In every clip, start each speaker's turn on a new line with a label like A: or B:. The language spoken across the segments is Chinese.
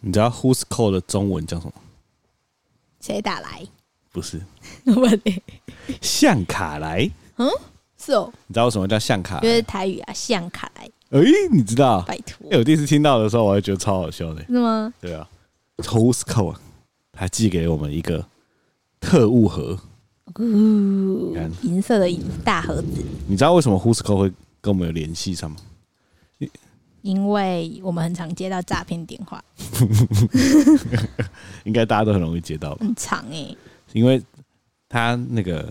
A: 你知道 Who's Call 的中文叫什么？
B: 谁打来？
A: 不是
B: 我嘞，
A: 向卡来，你
B: 是哦，
A: 知道为什么叫向卡
B: 就
A: 来？
B: 是台语啊，向卡来，
A: 哎、你知道？
B: 拜托
A: 哎、，我第一次听到的时候，我还觉得超好笑的。
B: 是吗？
A: 对啊，Who's Call，他寄给我们一个特务盒。
B: 呜
A: 看，
B: 银色的银大盒子，
A: 你知道为什么 Who's Call 会跟我们有联系上吗？
B: 因为我们很常接到诈骗电话，
A: 应该大家都很容易接到吧？
B: 很长哎、
A: 因为他那个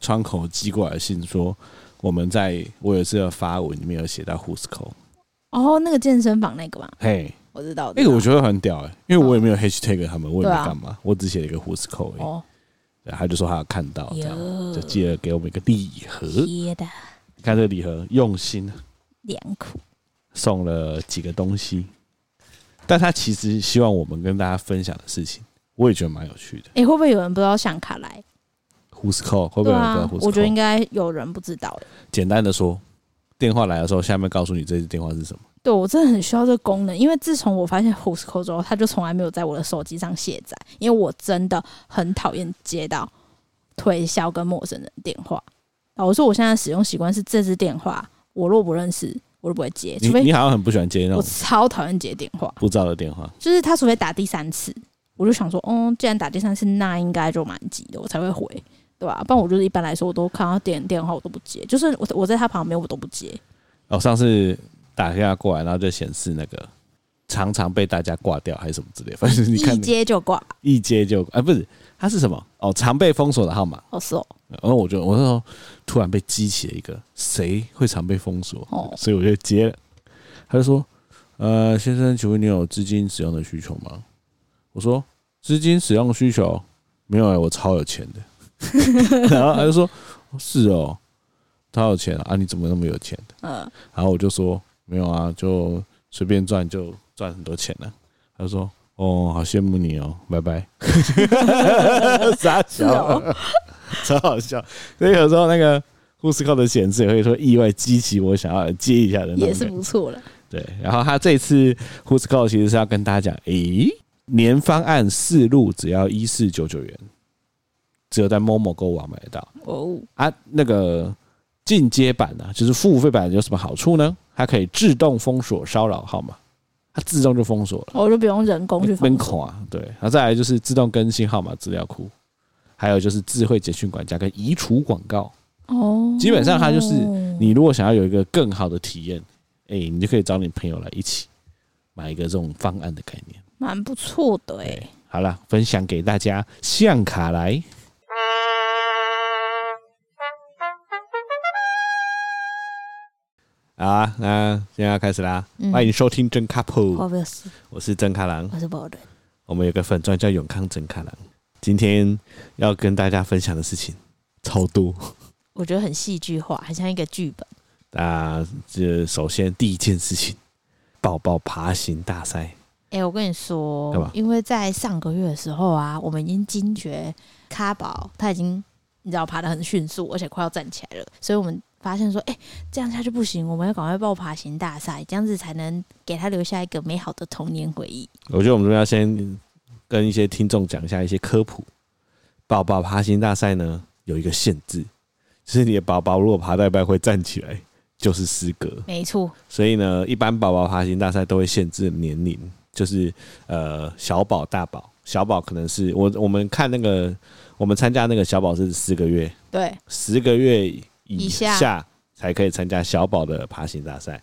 A: 窗口寄过来的信说，我们在我有一次的发文里面有写到 Who's Call，
B: 哦，那个健身房那个嘛，
A: 嘿，
B: 我知道。
A: 那个我觉得很屌哎、因为我也没有 hashtag 他们，我也
B: 嗯对
A: 没
B: 啊
A: 干嘛，我只写了一个 Who's Call，、
B: 得
A: 欸、
B: 哦，
A: 然后他就说他有看到，这样
B: 哟
A: 就，寄了给我们一个礼盒，
B: 贴的
A: 看这个礼盒用心
B: 良苦，
A: 送了几个东西，但他其实希望我们跟大家分享的事情，我也觉得蛮有趣的。
B: 哎、会不会有人不知道向卡来？
A: Who's Call 会不会
B: 对
A: 有人不知道，
B: 啊
A: Who's Call？
B: 我觉得应该有人不知道哎、
A: 简单的说，电话来的时候，下面告诉你这支电话是什么。
B: 对我真的很需要这个功能，因为自从我发现 Who's Call 之后，它就从来没有在我的手机上卸载，因为我真的很讨厌接到推销跟陌生人电话。老实说，我现在使用习惯是这支电话，我若不认识，我都不会接，
A: 你
B: 除非
A: 你好像很不喜欢接那
B: 我
A: 种
B: 超讨厌接电话，
A: 不知道的电话，
B: 就是他除非打第三次，我就想说，哦，既然打第三次，那应该就蛮急的，我才会回，对吧、不然我就是一般来说，我都看到电电话我都不接，就是我我在他旁边我都不接，
A: 哦，上次打电话过来，然后就显示那个常常被大家挂掉还是什么之类的，反正你看
B: 一接就挂。
A: 一接就哎、不是，它是什么？哦，常被封锁的号码。
B: 哦，是哦，
A: 然后我就我那时候突然被激起了一个谁会常被封锁，
B: 哦
A: 所以我就接了。他就说：“呃，先生，请问你有资金使用的需求吗？”我说：“资金使用需求没有、欸，我超有钱的。”然后他就说：“是哦，超有钱啊！啊你怎么那么有钱的
B: 嗯，？”
A: 然后我就说：“没有啊，就随便赚就赚很多钱了、他就说：“哦，好羡慕你哦，拜 拜。”傻
B: 是
A: 笑。
B: 哦，
A: 超好笑。所以有时候那个呼斯扣的显示也会说意外激起我想要接一下的那种
B: 也
A: 感
B: 是
A: 觉。
B: 不错了。
A: 对，然后他这次呼斯扣其实是要跟大家讲，诶、年方案四路只要一四九九元，只有在 Momo 购物网买得到
B: 哦，
A: 啊。那个进阶版呢、就是付费版有什么好处呢？它可以自动封锁骚扰号码，它自动就封锁了。
B: 哦我就不用人工去
A: 门
B: 封
A: 口
B: 锁。
A: 啊，对，然后再来就是自动更新号码资料库，还有就是智慧简讯管家跟移除广告。
B: 哦，
A: 基本上它就是
B: 嗯
A: 你如果想要有一个更好的体验，哎、你就可以找你朋友来一起买一个这种方案的概念。
B: 蛮不错的哎、
A: 对好了，分享给大家，向卡来。好啊，那现在要开始啦！
B: 嗯
A: 欢迎收听真卡 couple，
B: 我不是，
A: 我是真卡郎。
B: 我是不人。
A: 我们有个粉钻叫永康真卡郎，今天要跟大家分享的事情超多
B: 我觉得很戏剧化，很像一个剧本。
A: 啊！这首先第一件事情，宝宝爬行大赛，
B: 哎、我跟你说
A: 干嘛，
B: 因为在上个月的时候啊，我们已经惊觉咖宝他已经你知道爬得很迅速，而且快要站起来了，所以我们发现说，哎、这样下去不行，我们要赶快报爬行大赛，这样子才能给他留下一个美好的童年回忆。
A: 我觉得我们这边要先跟一些听众讲一下一些科普。宝宝爬行大赛呢有一个限制，就是你的宝宝如果爬到一半会站起来，就是失格。
B: 没错，
A: 所以呢，一般宝宝爬行大赛都会限制年龄，就是呃小宝、大宝。小宝可能是我我们看那个我们参加那个小宝是十个月，
B: 对，
A: 十个月以
B: 以下
A: 下才可以参加小宝的爬行大赛，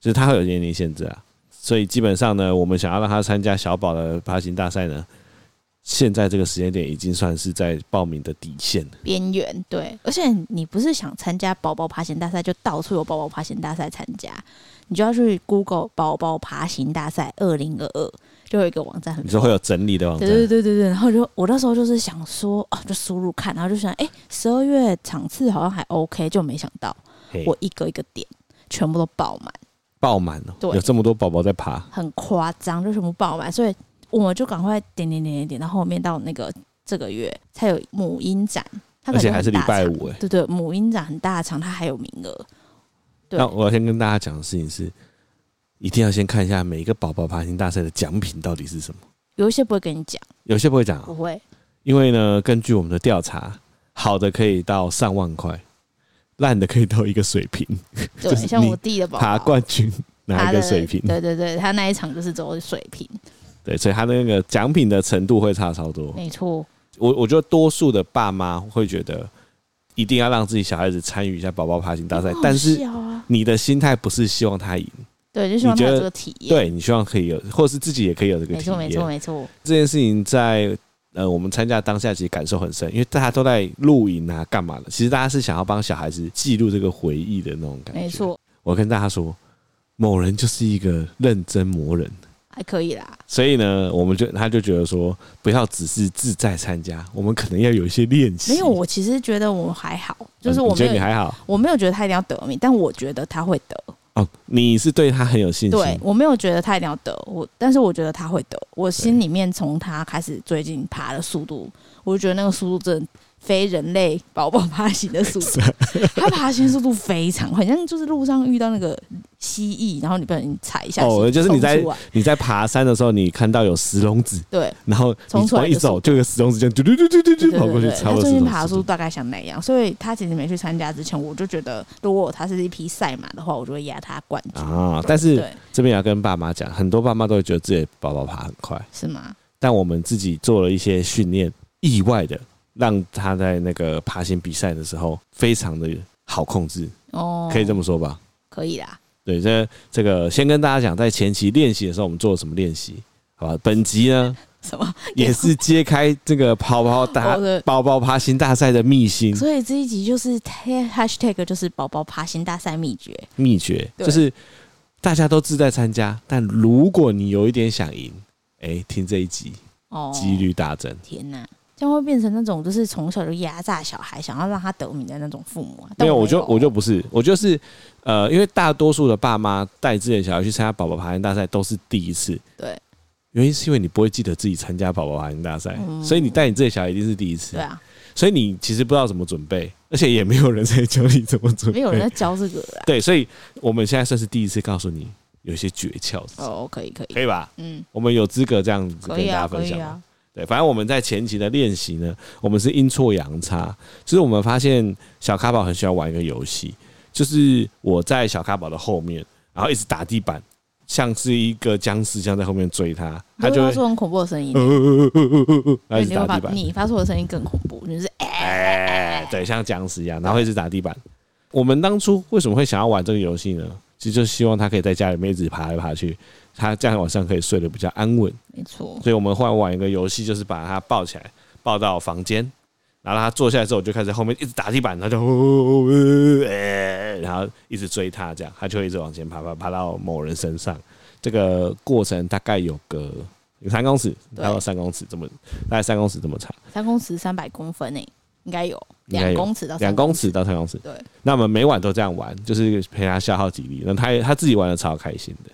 A: 就是它会有年龄限制啊。所以基本上呢，我们想要让他参加小宝的爬行大赛呢，现在这个时间点已经算是在报名的底线了。
B: 边缘对，而且你不是想参加宝宝爬行大赛，就到处有宝宝爬行大赛参加，你就要去 Google 宝宝爬行大赛二零二二，就有一个网站很
A: 你说会有整理的网站
B: 对，对对对对，然后就我那时候就是想说，啊，就输入看，然后就想，哎、十二月场次好像还 OK，就没想到
A: 嘿
B: 我一个一个点全部都爆满，
A: 爆满了，
B: 对
A: 有这么多宝宝在爬，
B: 很夸张，就全部爆满，所以我就赶快点点点点点到后面到那个这个月才有母婴展，它
A: 而且还是礼拜
B: 五，
A: 五哎、
B: 对对，母婴展很大场，它还有名额，对
A: 那我要先跟大家讲的事情是，一定要先看一下每一个宝宝爬行大赛的奖品到底是什么。
B: 有一些不会跟你讲，
A: 有些不会讲哦、
B: 不会，
A: 因为呢，根据我们的调查，好的可以到上万块，烂的可以到一个水平，
B: 对，
A: 就是
B: 像
A: 你
B: 我弟的宝宝
A: 爬冠军拿
B: 他
A: 一
B: 的
A: 个水平。
B: 对对对，他那一场就是走水平，
A: 对，所以他的那个奖品的程度会差超多。
B: 没错，
A: 我我觉得多数的爸妈会觉得一定要让自己小孩子参与一下宝宝爬行大赛
B: 好，
A: 但是
B: 笑啊，
A: 你的心态不是希望他赢，
B: 对，就希望
A: 你
B: 他
A: 觉
B: 有
A: 得
B: 这个体验，
A: 对你希望可以有，或是自己也可以有这个
B: 没
A: 体
B: 错没
A: 验。
B: 错没错，
A: 这件事情在呃我们参加当下其实感受很深，因为大家都在露营啊干嘛的，其实大家是想要帮小孩子记录这个回忆的那种感觉。
B: 没，错，
A: 我跟大家说，某人就是一个认真磨人。
B: 还可以啦，
A: 所以呢，我们就他就觉得说，不要只是自在参加，我们可能要有一些练习。
B: 没有，我其实觉得我还好，就是
A: 嗯
B: 我
A: 你觉
B: 没
A: 得你
B: 有
A: 还好
B: 我没有觉得他一定要得名，但我觉得他会得，
A: 哦，你是对他很有信心。
B: 对我没有觉得他一定要得，我但是我觉得他会得，我心里面从他开始最近爬的速度，我就觉得那个速度真的非人类宝宝爬行的 速度， 他爬行速度非常，很像就是路上遇到那个蜥蜴，然后你不小心踩一下，
A: 哦就是你在
B: 冲出来
A: 你在爬山的时候，你看到有石笼子，
B: 对。
A: 然后
B: 冲
A: 你
B: 出来
A: 往一
B: 的速
A: 走，就有石笼子这样嘟嘟嘟嘟嘟
B: 对
A: 嘟
B: 对
A: 跑过
B: 对
A: 去，
B: 对，
A: 差
B: 他
A: 不多是
B: 最
A: 这
B: 近
A: 种
B: 爬的
A: 速
B: 速度
A: 度
B: 大概像那样，所以他其实没去参加之前，我就觉得如果他是一匹赛马的话，我就会压他冠军。
A: 啊。但是
B: 对，
A: 这边也要跟爸妈讲，很多爸妈都会觉得自己的宝宝爬很快，
B: 是吗？
A: 但我们自己做了一些训练，意外的让他在那个爬行比赛的时候非常的好控制，
B: 哦，
A: 可以这么说吧？
B: 可以啦，
A: 对，这这个先跟大家讲，在前期练习的时候，我们做了什么练习？好吧，本集 呢
B: 什么？
A: 也是揭开这个跑跑大
B: 我的
A: 宝宝爬行大赛的秘辛
B: 所以这一集就是 ta- hashtag 就是宝宝爬行大赛秘诀，
A: 秘诀，
B: 对
A: 就是大家都自在参加，但如果你有一点想赢，哎、听这一集
B: 哦，
A: 几率大增。
B: 天哪、这样会变成那种就是从小就压榨小孩，想要让他得名的那种父母啊。
A: 没
B: 但
A: 有，
B: 我
A: 我就我就不是，我就是呃，因为大多数的爸妈带自己的小孩去参加宝宝爬行大赛都是第一次，
B: 对
A: 原因是因为你不会记得自己参加宝宝爬行大赛，
B: 嗯
A: 所以你带你自己的小孩一定是第一次，
B: 对啊，
A: 所以你其实不知道怎么准备，而且也没有人在教你怎么准备，
B: 没有人在教这个啊啦。
A: 对，所以我们现在算是第一次告诉你有一些诀窍，
B: 哦，可以可
A: 可
B: 以，
A: 以吧？
B: 嗯，
A: 我们有资格这样子
B: 可
A: 跟
B: 以
A: 大
B: 啊，
A: 家
B: 可
A: 分
B: 以
A: 享吗。
B: 啊，
A: 对，反正我们在前期的练习呢，我们是阴错阳差，就是我们发现小咖宝很喜欢玩一个游戏，就是我在小咖宝的后面，然后一直打地板，像是一个僵尸这样在后面追他，他
B: 你
A: 就
B: 会发
A: 会
B: 出很恐怖的声音
A: 呃。呃呃呃呃呃，然后一直
B: 对，你
A: 打
B: 会发
A: 地板，
B: 你发出的声音更恐怖，就是哎、
A: 哎，对，像僵尸一样，然后一直打地板。我们当初为什么会想要玩这个游戏呢？其实就希望他可以在家里面一直爬来爬去，他这样晚上可以睡得比较安稳。
B: 没错，
A: 所以我们换玩一个游戏，就是把它抱起来，抱到房间，然后让它坐下来之后，我就开始在后面一直打地板，它就呼呼呼呼，哎然后一直追它，这样它就会一直往前爬，爬爬到某人身上。这个过程大概有个有三公尺，
B: 对
A: 大概有三公尺这么，大概三公尺这么长，
B: 三公尺三百公分诶、欸应该有
A: 应该有
B: 两公尺到三
A: 两公尺到三公尺。
B: 对，
A: 那我们每晚都这样玩，就是陪他消耗体力。那他也他自己玩的超开心的，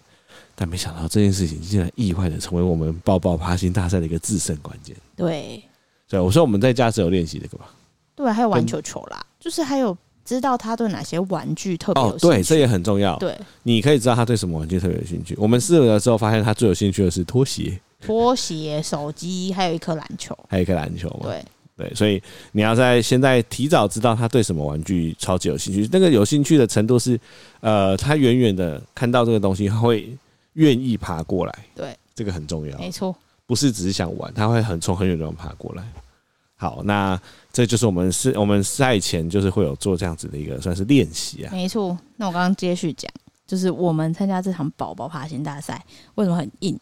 A: 但没想到这件事情竟然意外的成为我们抱抱爬行大赛的一个制胜关键。
B: 对，
A: 对，我说我们在家是有练习这个吧？
B: 对，啊还有玩
A: 跟
B: 球球啦，就是还有知道他对哪些玩具特别有
A: 哦，
B: 兴趣。
A: 对，这也很重要。
B: 对
A: 你可以知道他对什么玩具特别有兴趣。我们试了之后，发现他最有兴趣的是拖鞋，
B: 拖鞋、手机，还有一颗篮球。
A: 还有一个篮球嘛。
B: 对，
A: 对，所以你要在现在提早知道他对什么玩具超级有兴趣。那个有兴趣的程度是，呃，他远远的看到这个东西，他会愿意爬过来。
B: 对，
A: 这个很重要。
B: 没错，
A: 不是只是想玩，他会很从很远的地方爬过来。好，那这就是我们是我们赛前就是会有做这样子的一个算是练习啊。
B: 没错。那我刚刚接续讲，就是我们参加这场宝宝爬行大赛为什么很硬，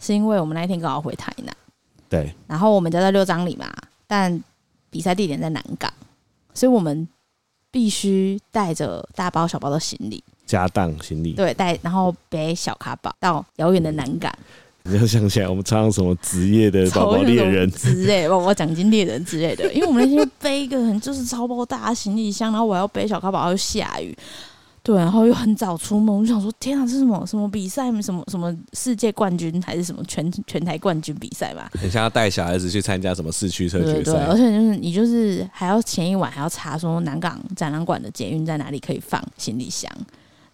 B: 是因为我们那一天刚好回台南，
A: 对，
B: 然后我们家在六张里嘛，但比赛地点在南港，所以我们必须带着大包小包的行李，
A: 家当行李，
B: 对，带然后背小卡宝到遥远的南港，
A: 你要想起来我们常常什么职业的宝
B: 超
A: 宝猎人，
B: 之类，宝宝奖金猎人之类的。因为我们那天就背一个很就是超爆大的行李箱，然后我还要背小咖宝，然后又下雨，对，啊然后又很早出门，我就想说天啊，这是什么什么比赛，什么什么世界冠军还是什么全全台冠军比赛吧？
A: 很像要带小孩子去参加什么市区车
B: 对对
A: 决
B: 对，
A: 赛
B: 而，且就是你就是还要前一晚还要查说南港展览馆的捷运在哪里可以放行李箱，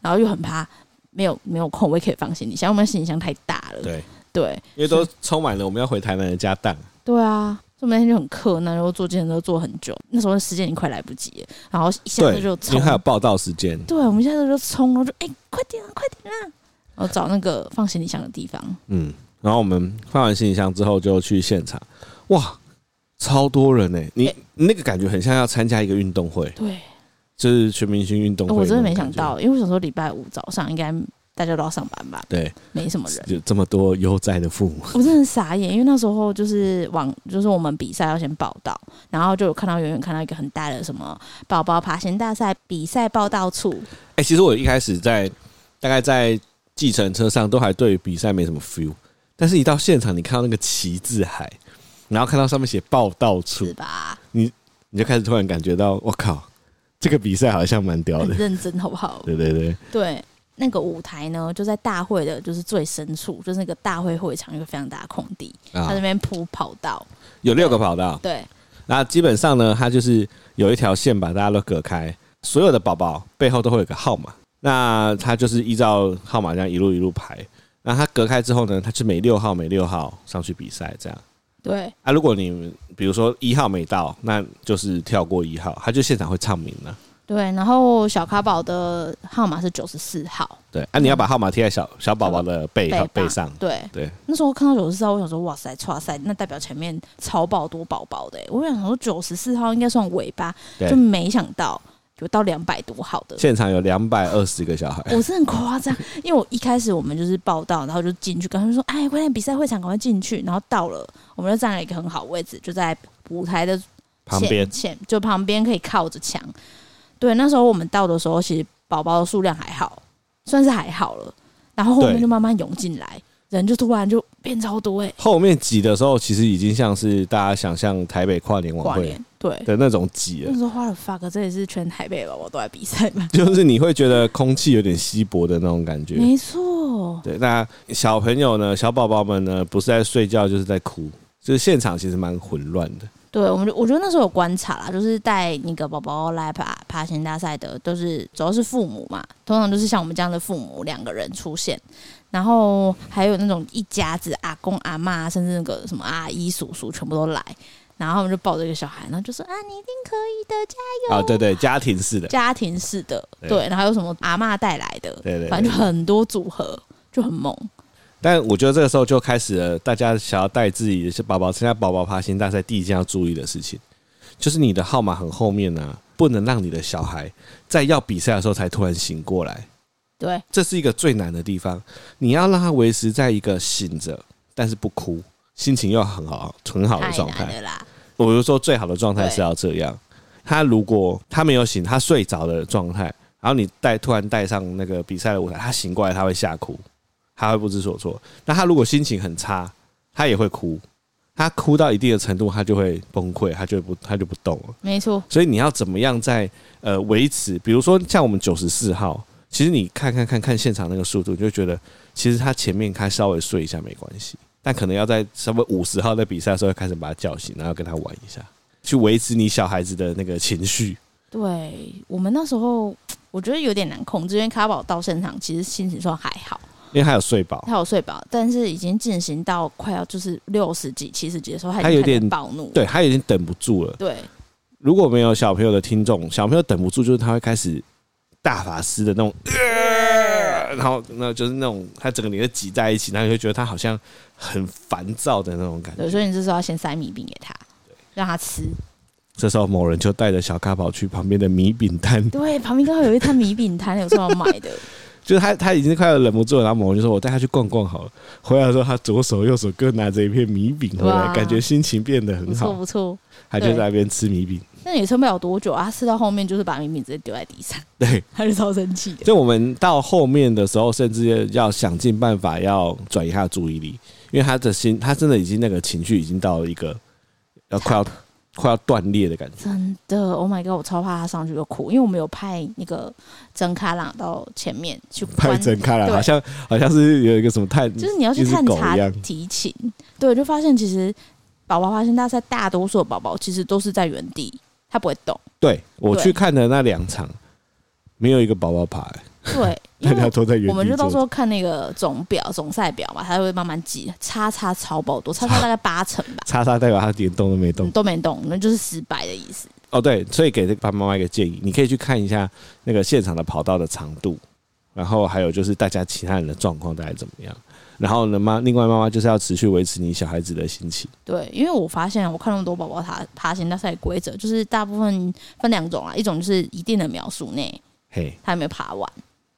B: 然后又很怕没有没有空，我也可以放行李箱，因为我们行李箱太大了。
A: 对，
B: 对
A: 因为都充满了我们要回台南的家当。
B: 对啊，所以我们那天就很困难，然后坐计程车坐很久，那时候时间已经快来不及了，然后一下
A: 对，
B: 车就
A: 因为
B: 冲
A: 还有报道时间。
B: 对，我们现在就冲，然后就哎、快点啊，快点啊！然后找那个放行李箱的地方，
A: 嗯，然后我们放完行李箱之后就去现场，哇，超多人呢、你
B: 欸
A: 你那个感觉很像要参加一个运动会，
B: 对，
A: 就是全明星运动会、
B: 哦我真的没想。到，因为我想说礼拜五早上应该大家都要上班吧，
A: 对，
B: 没什么人，
A: 就这么多悠哉的父母，
B: 我真的傻眼，因为那时候就是往就是我们比赛要先报道，然后就有看到远远看到一个很大的什么宝宝爬行大赛比赛报道处，
A: 哎、其实我一开始在大概在计程车上都还对比赛没什么 feel，但是一到现场，你看到那个旗帜海，然后看到上面写报道处
B: 是，吧？
A: 你就开始突然感觉到，我靠，这个比赛好像蛮屌
B: 很
A: 的。
B: 认真好不好？
A: 对对啊对，
B: 对，那个舞台呢就在大会的就是最深处，就是那个大会会场有一个非常大的空地，他
A: 啊
B: 那，边铺跑道，
A: 有六个跑道，
B: 对，
A: 那基本上呢，它就是有一条线把大家都隔开，所有的宝宝背后都会有个号码，那它就是依照号码这样一路一路排。那它隔开之后呢，它是每六号每六号上去比赛这样。
B: 对，
A: 啊，如果你比如说一号没到，那就是跳过一号，他就现场会唱名了。
B: 对。然后小卡宝的号码是九十四号，
A: 对，啊，你要把号码贴在小小宝宝的背
B: 嗯背
A: 号
B: 吧
A: 背上。
B: 对。
A: 对，
B: 那时候看到九十四号，我想说哇塞，哇塞，那代表前面超爆多宝宝的欸、我想说九十四号应该算尾巴，
A: 对
B: 就没想到有到两百多号的。
A: 现场有两百二十个小孩。
B: 我是很夸张，因为我一开始我们就是报道，然后就进去，跟他们说：“哎，快点比赛会场，赶快进去。”然后到了，我们就站了一个很好位置，就在舞台的
A: 旁边
B: 前前就旁边可以靠着墙。对，那时候我们到的时候，其实宝宝的数量还好，算是还好了。然后后面
A: 对
B: 就慢慢涌进来，人就突然就变超多哎、
A: 后面挤的时候，其实已经像是大家想象台北跨年晚
B: 跨
A: 会
B: 年嗯对。
A: 的那种挤了
B: 那。时候花了 fuck，这也是全台北的宝宝都来比 赛嘛？
A: 就是你会觉得空气有点稀薄的那种感觉。
B: 没错，
A: 对，那小朋友呢，小宝宝们呢，不是在睡觉就是在哭，就是现场其实蛮混乱的。
B: 对，我们就我觉得那时候有观察啦，就是带那个宝宝来爬爬行大赛的，都是主要是父母嘛，通常都是像我们这样的父母两个人出现，然后还有那种一家子阿公阿妈，甚至那个什么阿姨叔叔，全部都来，然后他们就抱着一个小孩，然后就说啊，你一定可以的，加
A: 啊，对对，家庭式的，
B: 家庭式的，
A: 对
B: 对，然后还有什么阿妈带来的，
A: 对对
B: 反正
A: 对。
B: 就很多组合，就很猛，
A: 但我觉得这个时候就开始了，大家想要带自己的宝宝参加宝宝爬行大赛，第一件要注意的事情，就是你的号码很后面呢、啊不能让你的小孩在要比赛的时候才突然醒过来。
B: 对
A: 这是一个最难的地方，你要让他维持在一个醒着，但是不哭，心情又很好、很好的
B: 太
A: 状
B: 难
A: 态。
B: 了啦，
A: 我就说最好的状态是要这样，他如果他没有醒，他睡着的状态，然后你带突然带上那个比赛的舞台，他醒过来他会吓哭，他会不知所措。那他如果心情很差，他也会哭，他哭到一定的程度，他就会崩溃，他就不他就不动了。
B: 没错，
A: 所以你要怎么样在呃维持，比如说像我们九十四号，其实你看看看看现场那个速度，你就觉得其实他前面他稍微睡一下没关系，但可能要在稍微五十号在比赛的时候开始把他叫醒，然后跟他玩一下，去维持你小孩子的那个情绪。
B: 对我们那时候，我觉得有点难控制，因为卡宝到现场其实心情算还好，
A: 因为他有睡饱，
B: 他有睡饱，但是已经进行到快要就是六十几、七十几的时候，他
A: 他
B: 已经
A: 有
B: 开始
A: 点
B: 暴怒。
A: 对他已经等不住了。
B: 对
A: 如果没有小朋友的听众，小朋友等不住，就是他会开始大法师的那种，呃然后那就是那种他整个脸就挤在一起，然后你会觉得他好像很烦躁的那种感觉
B: 对，。所以你这时候要先塞米饼给他，让他吃。
A: 这时候某人就带着小咖宝去旁边的米饼摊，
B: 对，旁边刚好有一摊米饼摊，有时候要买的。
A: 就是他他已经快要忍不住了，然后某人就说：“我带他去逛逛好了。”回来的时候，他左手右手各拿着一片米饼回来，
B: 哇
A: 感觉心情变得
B: 不
A: 很
B: 错
A: 好，
B: 不错。
A: 他就在那边吃米饼。
B: 那也撑不了多久啊，他吃到后面就是把米饼直接丢在地上，
A: 对，
B: 他就超生气的。
A: 就我们到后面的时候，甚至要想尽办法要转移他的注意力，因为他的心，他真的已经那个情绪已经到了一个要快要快要断裂的感觉。
B: 真的，Oh my god！我超怕他上去就哭，因为我们有派那个真卡朗到前面去
A: 派
B: 观
A: 真开了，
B: 对
A: 好像好像是有一个什么探，
B: 就是你要去
A: 一只
B: 探
A: 狗
B: 查
A: 一样
B: 敌情，对，就发现其实宝宝发现大赛大多数的宝宝其实都是在原地，他不会动。
A: 对我
B: 对
A: 去看的那两场，没有一个宝宝爬、欸
B: 对，因
A: 大
B: 为
A: 家都在原地
B: 我们就到时
A: 坐，
B: 候看那个总表、总赛表嘛，它会慢慢记，叉叉超爆多，叉叉大概八成吧
A: 叉叉代表他连动都没动
B: 嗯。都没动，那就是失败的意思。
A: 哦，对，所以给这个爸爸妈妈一个建议，你可以去看一下那个现场的跑道的长度，然后还有就是大家其他人的状况大概怎么样。然后呢，妈，另外妈妈就是要持续维持你小孩子的心情。
B: 对，因为我发现我看那么多宝宝爬爬行大赛的规则，就是大部分分两种啦，啊一种就是一定的秒数内
A: 嘿，
B: 他有没有爬完，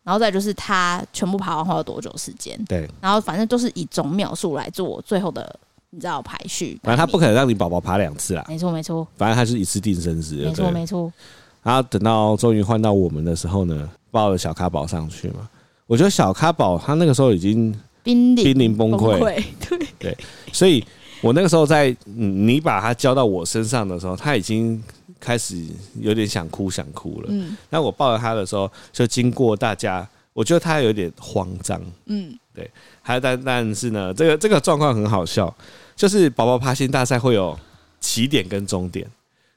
B: 然后再就是他全部爬完花了多久时间，
A: 对，
B: 然后反正都是以总秒数来做最后的，你知道排序。
A: 反正他
B: 排
A: 不
B: 名，
A: 可能让你宝宝爬两次啦，
B: 没错没错
A: 反正他是一次定生死。
B: 没
A: 对
B: 错
A: 不对
B: 没错，
A: 然后等到终于换到我们的时候呢，抱了小咖宝上去嘛。我觉得小咖宝他那个时候已经，
B: 濒临
A: 濒临崩溃
B: 溃，对，
A: 所以我那个时候在嗯你把他交到我身上的时候，他已经开始有点想哭想哭了。
B: 嗯
A: 那我抱着他的时候，就经过大家，我觉得他有点慌张。
B: 嗯，
A: 还但但是呢，这个这个状况很好笑，就是宝宝爬行大赛会有起点跟终点，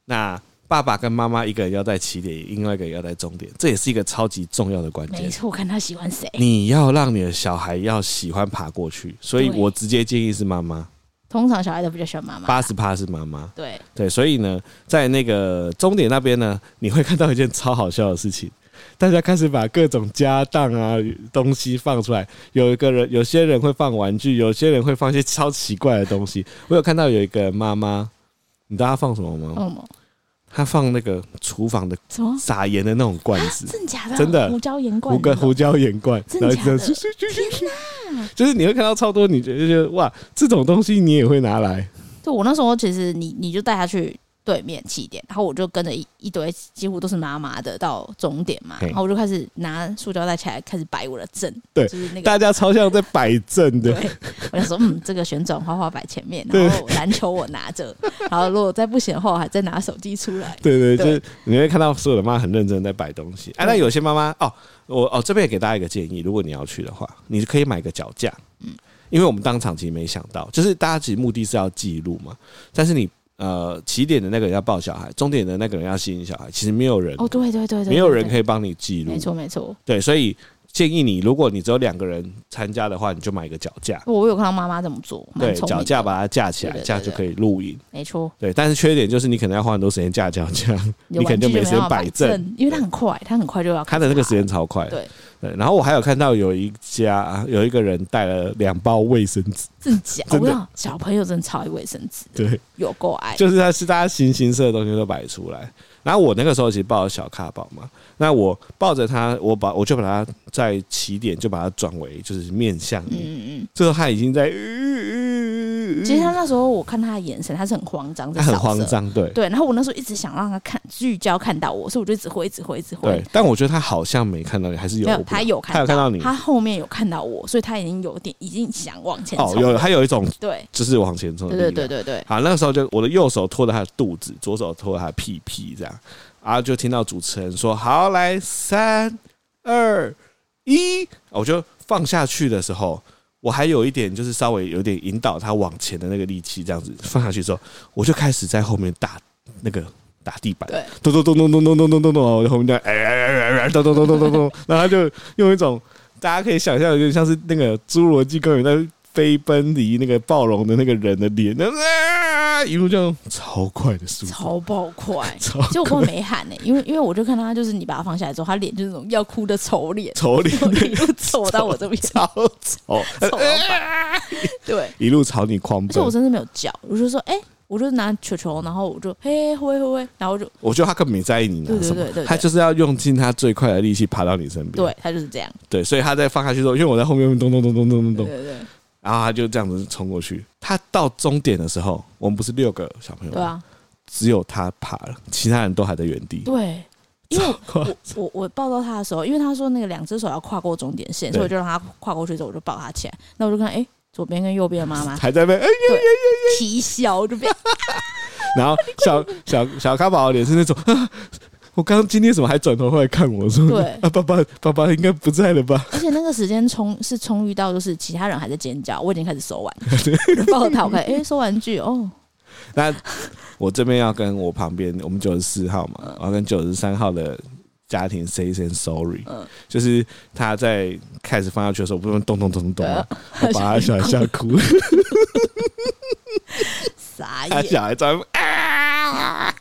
A: 那爸爸跟妈妈一个人要在起点，另外一个人要在终点，这也是一个超级重要的关
B: 没
A: 键。
B: 错，看他喜欢谁。
A: 你要让你的小孩要喜欢爬过去，所以
B: 对
A: 我直接建议是妈妈，
B: 通常小孩都比较喜欢妈妈。
A: 八十趴是妈妈。
B: 对，
A: 对，所以呢，在那个终点那边呢，你会看到一件超好笑的事情，大家开始把各种家当啊东西放出来，有一个人，有些人会放玩具，有些人会放一些超奇怪的东西。我有看到有一个妈妈，你知道她放什么吗？
B: 嗯，
A: 她放那个厨房的
B: 什么？
A: 撒盐的那种罐
B: 哦啊
A: 子，
B: 真的假的？
A: 真的
B: 胡椒盐罐
A: 胡
B: 那
A: 跟
B: 种，
A: 胡椒盐罐，
B: 真
A: 然后
B: 的
A: 一
B: 假的
A: 直咻咻咻咻就是你会看到超多，你觉得就哇，这种东西你也会拿来，
B: 对我那时候其实你你就带他去对面起点，然后我就跟着一一堆几乎都是麻麻的到终点嘛，
A: 嘿
B: 然后我就开始拿塑胶袋起来开始摆我的阵，
A: 对
B: 就是那个。
A: 大家超像在摆正的。
B: 对，我就说，嗯，这个旋转花花摆前面，然后篮球我拿着，然后如果再不行的话，我还再拿手机出来。
A: 对对，就
B: 对
A: 是你会看到所有的妈很认真地在摆东西。哎、啊，那有些妈妈哦，我哦这边也给大家一个建议，如果你要去的话，你可以买个脚架，嗯，因为我们当场其实没想到，就是大家其实目的是要记录嘛，但是你呃起点的那个人要抱小孩，终点的那个人要吸引小孩，其实没有人，
B: 哦，对对对对，
A: 没有人可
B: 以，
A: 以帮你记录
B: 没，错没错。
A: 对，所以建议你，如果你只有两个人参加的话，你就买个脚架，
B: 我有看到妈妈这么做，哦蛮
A: 对，
B: 聪明
A: 脚
B: 的
A: 架把它架起来，
B: 对对对
A: 这样就可以录影。
B: 没错，
A: 对，但是缺点就是你可能要花很多时间架脚架，
B: 的
A: 你可能就
B: 玩具
A: 没时间
B: 办法
A: 摆正
B: 正，因为它很快，它很快就要开
A: 他的
B: 始
A: 那个时
B: 爬
A: 间超快的。
B: 对，
A: 对，然后我还有看到有一家啊有一个人带了两包卫生纸，
B: 真假？
A: 真的
B: 我想小朋友真的超爱卫生纸，
A: 对，
B: 有够爱。
A: 就是他是大家形形色色的东西都摆出来。然后我那个时候其实抱着小咖宝嘛，那我抱着他，我把我就把他在起点就把它转为就是面向你，
B: 嗯嗯
A: 最后他已经在，
B: 嗯。其实他那时候我看他的眼神，他是很慌张，在
A: 他很
B: 扫射
A: 慌。张，对
B: 对，然后我那时候一直想让他看聚焦看到我，所以我就一直挥，一直挥，一直挥
A: 对。，但我觉得他好像没看到你，还是有
B: 没有，
A: 我不
B: 他有看
A: 他有看到你
B: 他后面有看到我，所以他已经有点已经想往前
A: 哦
B: 冲。
A: 有他有一种
B: 对
A: 就是往前冲的
B: 对
A: 力量，
B: 对对对对，
A: 好，那个时候就我的右手托着他的肚子，左手托着他的屁屁，这样，然后就听到主持人说：“好，来三二一。”啊我就放下去的时候，我还有一点就是稍微有点引导他往前的那个力气，这样子放下去之后，我就开始在后面打那个打地板，
B: 对
A: 咚咚咚咚咚咚咚咚咚咚，我就后面这样哎哎哎哎哎，咚咚咚咚咚咚，然后他就用一种大家可以想象，有点像是那个侏罗纪公园在飞奔离那个暴龙的那个人的脸，那啊，一路这样超快的速度，
B: 超爆 快。
A: 超
B: 结果我根本没喊呢、因为因为我就看到他，就是你把他放下来之后，他脸就是那种要哭的丑脸，
A: 丑 脸，
B: 然后一路走到我这边，
A: 超丑，
B: 丑到爆 对，
A: 一路朝你狂
B: 而且我
A: 奔。
B: 真的没有叫，我就说，哎、我就拿球球，然后我就嘿嘿挥挥挥，然后我就
A: 我觉得他根本没在意你拿
B: 对对
A: 什么
B: 对对，对
A: 他就是要用尽他最快的力气爬到你身边。
B: 对他就是这样，
A: 对，所以他在放下去之后，因为我在后面咚咚咚咚咚咚咚，
B: 对对对，
A: 然后他就这样子冲过去。他到终点的时候，我们不是六个小朋友吗，
B: 对啊，
A: 只有他爬了，其他人都还在原地。
B: 对，因为
A: 超快
B: 我我我抱到他的时候，因为他说那个两只手要跨过终点线，
A: 对
B: 所以我就让他跨过去之后，我就抱他起来，那我就看，哎、左边跟右边的 妈 妈
A: 还在被哎呀，
B: 啼笑，我就变
A: 然后 小小小咖宝的脸是那种，啊、我刚刚今天怎么还转头过来看我说，
B: 对
A: 啊，爸爸爸爸应该不在了吧？
B: 而且那个时间充是充裕到，就是其他人还在尖叫，我已经开始收玩，我就抱着他，我看，哎、收玩具哦，嗯
A: 那我这边要跟我旁边我们九十四号嘛，我要跟九十三号的家庭 say 一声 sorry，
B: 嗯
A: 就是他在开始放下去的时候，不用咚咚咚咚咚吗，
B: 呃
A: 我把他小
B: 想
A: 孩吓 哭，
B: 傻
A: 他
B: 眼，
A: 小孩在那边啊，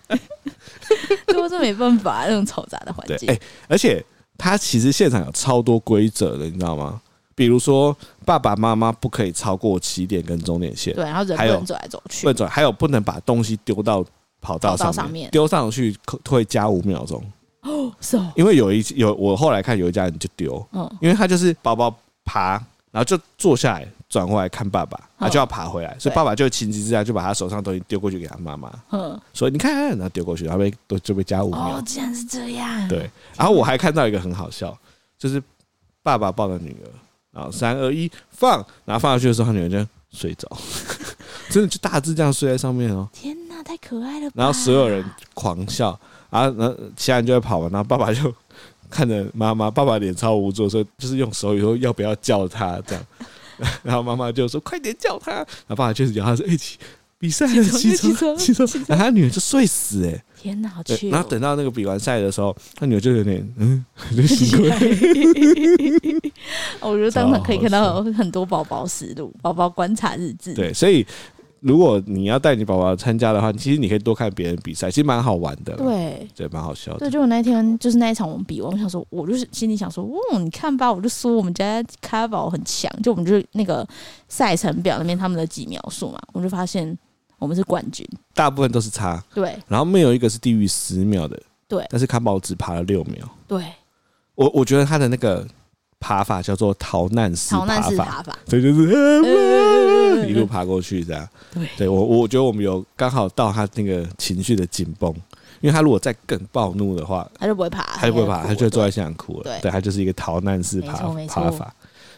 B: 对我这没办法，那种嘈杂的环
A: 对，
B: 境
A: 哎、，而且他其实现场有超多规则的，你知道吗？比如说爸爸妈妈不可以超过起点跟终点线，
B: 对，然后人不
A: 还有
B: 能走来走去
A: 不，能转，还有不能把东西丢到跑道
B: 跑道
A: 上
B: 上
A: 面
B: 面，
A: 丢上去可会加五秒钟，
B: 是哦，
A: 因为有一有我后来看有一家人就丢，
B: 嗯，
A: 因为他就是宝宝爬，然后就坐下来转过来看爸爸，他就要爬回来，所以
B: 嗯对
A: 爸爸就情急之下就把他手上的东西丢过去给他妈妈，
B: 嗯，
A: 所以你看，然后丢过去，然后被都就被加五秒
B: 哦，。竟然是这样，
A: 对，然后我还看到一个很好笑，就是爸爸抱着女儿，然后三二一放，然后放下去的时候，他女儿就睡着， 真的就大致这样睡在上面哦。
B: 天哪，太可爱了吧，
A: 然后所有人狂笑，然
B: 啊
A: 后然后其他人就会跑完，然后爸爸就 看着妈妈，爸爸脸超无助，说就是用手语说要不要叫他这样， 然后妈妈就说快点叫他，然后爸爸就是摇他说一起、比赛了，起
B: 起床
A: 床起
B: 起
A: 床
B: 床，
A: 然后他女儿就睡死哎、欸
B: 天哪，好
A: 对
B: 趣哦，
A: 然后等到那个比完赛的时候，他女儿就有点 嗯，就醒 过来，
B: 我觉得当场可以看到很多宝宝实录、宝宝观察日志。
A: 对，所以。如果你要带你宝宝参加的话，其实你可以多看别人比赛，其实蛮好玩的啦，
B: 对
A: 对，蛮好笑的
B: 对，。就我那天就是那一场我们比完，我想说，我就是心里想说，哦，你看吧，我就说我们家卡宝很强，就我们就是那个赛程表那边他们的几秒数嘛，我就发现我们是冠军。
A: 大部分都是差，
B: 对
A: 然后没有一个是低于十秒的，
B: 对
A: 但是康宝只爬了六秒。
B: 对，
A: 我我觉得他的那个爬法叫做逃难式
B: 逃
A: 爬
B: 难式
A: 法，
B: 爬法，
A: 所以就是、
B: 呃
A: 一路爬过去这样。
B: 对
A: 对我我觉得我们有刚好到他那个情绪的紧绷，因为他如果再更暴怒的话，
B: 他就不会爬，
A: 他就不会爬，他就会坐
B: 对
A: 在现场哭了。
B: 对
A: 对，他就是一个逃难式爬
B: 没错没错
A: 爬法。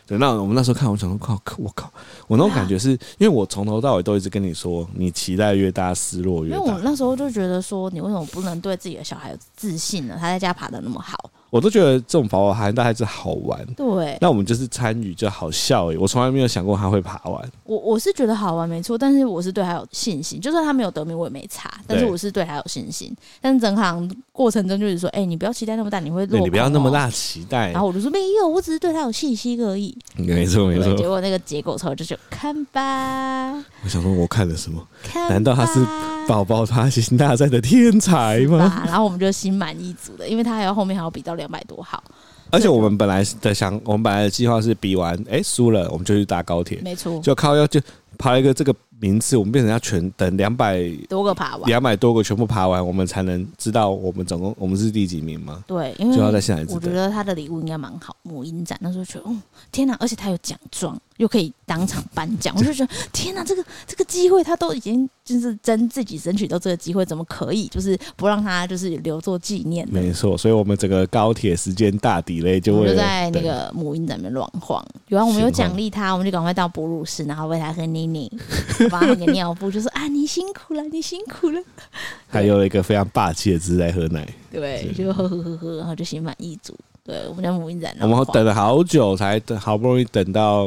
A: 对，那我们那时候看，我想说，靠，我靠，我那种感觉是，因为我从头到尾都一直跟你说，你期待越大，失落
B: 因
A: 越
B: 为
A: 大。
B: 我那时候就觉得说，你为什么不能对自己的小孩有自信呢？他在家爬的那么好，
A: 我都觉得这种跑跑还大概是好玩，
B: 对
A: 那我们就是参与就好笑而已。我从来没有想过他会爬完，
B: 我我是觉得好玩没错，但是我是对他有信心，就算他没有得名我也没差，但是我是对他有信心。但是整行过程中就是说，哎、你不要期待那么大，你会落、
A: 对
B: 哦
A: 你不要那么。大期待
B: 然。后我就说没有，我只是对他有信心而已。
A: 没错没
B: 对结
A: 错，
B: 果那个结果之后就是看吧，
A: 我想说我看了什么？
B: 看吧。
A: 难道他是宝宝他行大赛的天才吗？
B: 吧？然后我们就心满意足的，因为他还要后面还要比到两百多号，
A: 而且我们本来的想，我们本来的计划是比完，哎、输了我们就去搭高铁，
B: 没错，
A: 就靠要就爬了一个这个名次，我们变成要全等两百
B: 多个爬完。
A: 两百多个全部爬完，我们才能知道我们总共我们是第几名吗？
B: 对，因为
A: 就要在现场一直
B: 我觉
A: 等。
B: 得他的礼物应该蛮好，母婴展那时候觉得，哦，天哪！而且他有奖状，又可以当场颁奖，我就觉得，天哪，这个这个机会他都已经就是争自己争取到这个机会，怎么可以就是不让他就是留作纪念呢？
A: 没错，所以我们整个高铁时间大底嘞，就
B: 我们
A: 为
B: 就
A: 了
B: 在那
A: 等
B: 个母婴展里面乱晃，然后我们有
A: 行晃
B: 奖励他，我们就赶快到哺乳室，然后喂他喝奶 奶，帮他换个尿布，就说啊，你辛苦了，你辛苦了，
A: 还有一个非常霸气的姿势在喝奶。
B: 对，就呵呵呵呵，然后就心满意足。对，我们在母婴展
A: 我
B: 乱晃，
A: 们等了好久才等，好不容易等到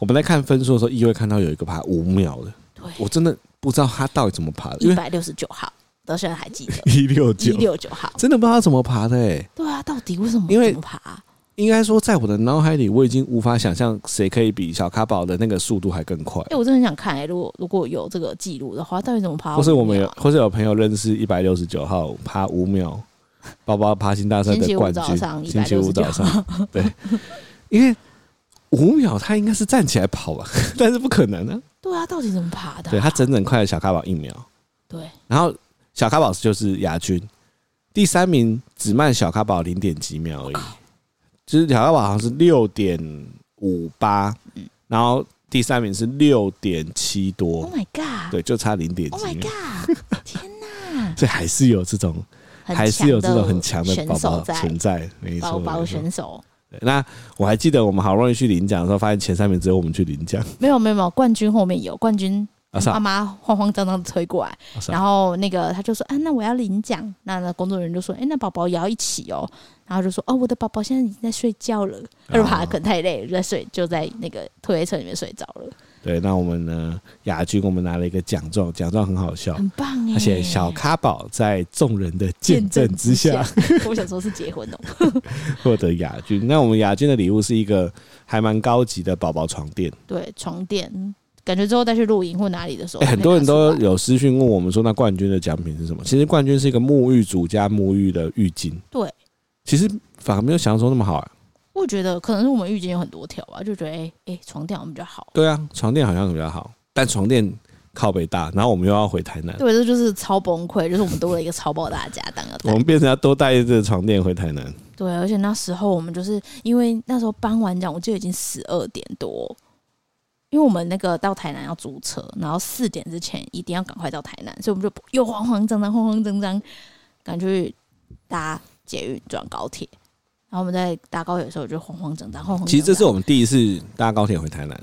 A: 我们在看分数的时候，意外看到有一个爬五秒的，我真的不知道他到底怎么爬的，因
B: 一
A: 为
B: 百六十九号，到现在还记得。
A: 一六
B: 一
A: 九
B: 六 九号。
A: 真的不知道他怎么爬的、欸。
B: 对啊，到底为什么？
A: 因为
B: 怎么爬啊、
A: 应该说，在我的脑海里，我已经无法想象谁可以比小卡宝的那个速度还更快
B: 哎、。我真的很想看哎、如果如果有这个记录的话，到底怎么爬、啊？
A: 或是我们有，或是有朋友认识一百六十九号爬五秒，包包爬行大赛
B: 星
A: 的
B: 期
A: 冠
B: 五
A: 军
B: 早上，，
A: 星期五早
B: 169
A: 上，对，因为五秒他应该是站起来跑吧， 但是不可能啊，
B: 对啊，到底怎么爬的啊、
A: 对他整整快了小卡宝一秒，
B: 对
A: 然后小卡宝就是亚军，第三名只慢小卡宝零点几秒
B: 哦
A: 而已，就是小卡宝好像是六点五八，
B: 嗯
A: 然后第三名是六点七多
B: ，Oh，my Oh God，
A: 对，就差零点
B: o h
A: 几
B: my
A: 秒，
B: God，天 哪，
A: 所以还是有这种。
B: 很
A: 还是有这种很强的
B: 选
A: 宝
B: 手
A: 宝
B: 在，
A: 存在，没错。
B: 宝宝
A: 没错
B: 选手
A: 对那我还记得我们好不容易去领奖的时候，发现前三名只有我们去领奖。
B: 没有没有没有，冠军后面有冠军。
A: 啊，是
B: 妈
A: 啊，
B: 妈慌慌张张地推过来，
A: 啊是啊
B: 然后那个他就说：“啊，那我要领奖。”那那工作人员就说：“哎、那宝宝也要一起哦。”然后就说：“哦，我的宝宝现在已经在睡觉了。”他就怕他可能太累了，就在睡，就在那个推车里面睡着了。
A: 对，那我们呢，亚军我们拿了一个奖状，奖状很好笑，
B: 很棒哎、
A: 而且哦小咖宝在众人的见证之下
B: 我想说是结婚哦、
A: 获得亚军。那我们亚军的礼物是一个还蛮高级的宝宝床垫，
B: 对，床垫，感觉之后再去露营或哪里的时候
A: 欸
B: 可以拿出来，
A: 很多人都有私讯问我们说，那冠军的奖品是什么？其实冠军是一个沐浴组加沐浴的浴巾，
B: 对，
A: 其实反而没有想象中那么好啊。
B: 我觉得可能是我们遇见有很多条吧，就觉得哎哎、欸床垫我们比较好。
A: 对啊，床垫好像比较好，但床垫靠北大，然后我们又要回台南，
B: 对，这就是超崩溃，就是我们多了一个超爆大的家当要带
A: 我。们变成要多带一只床垫回台南。
B: 对，而且那时候我们就是因为那时候颁完奖，我记得已经十二点多，因为我们那个到台南要租车，然后四点之前一定要赶快到台南，所以我们就又慌慌张张、慌慌张张赶去搭捷运转高铁。然后我们在搭高铁的时候就慌慌张张、慌慌张张。
A: 其实这是我们第一次搭高铁回台南，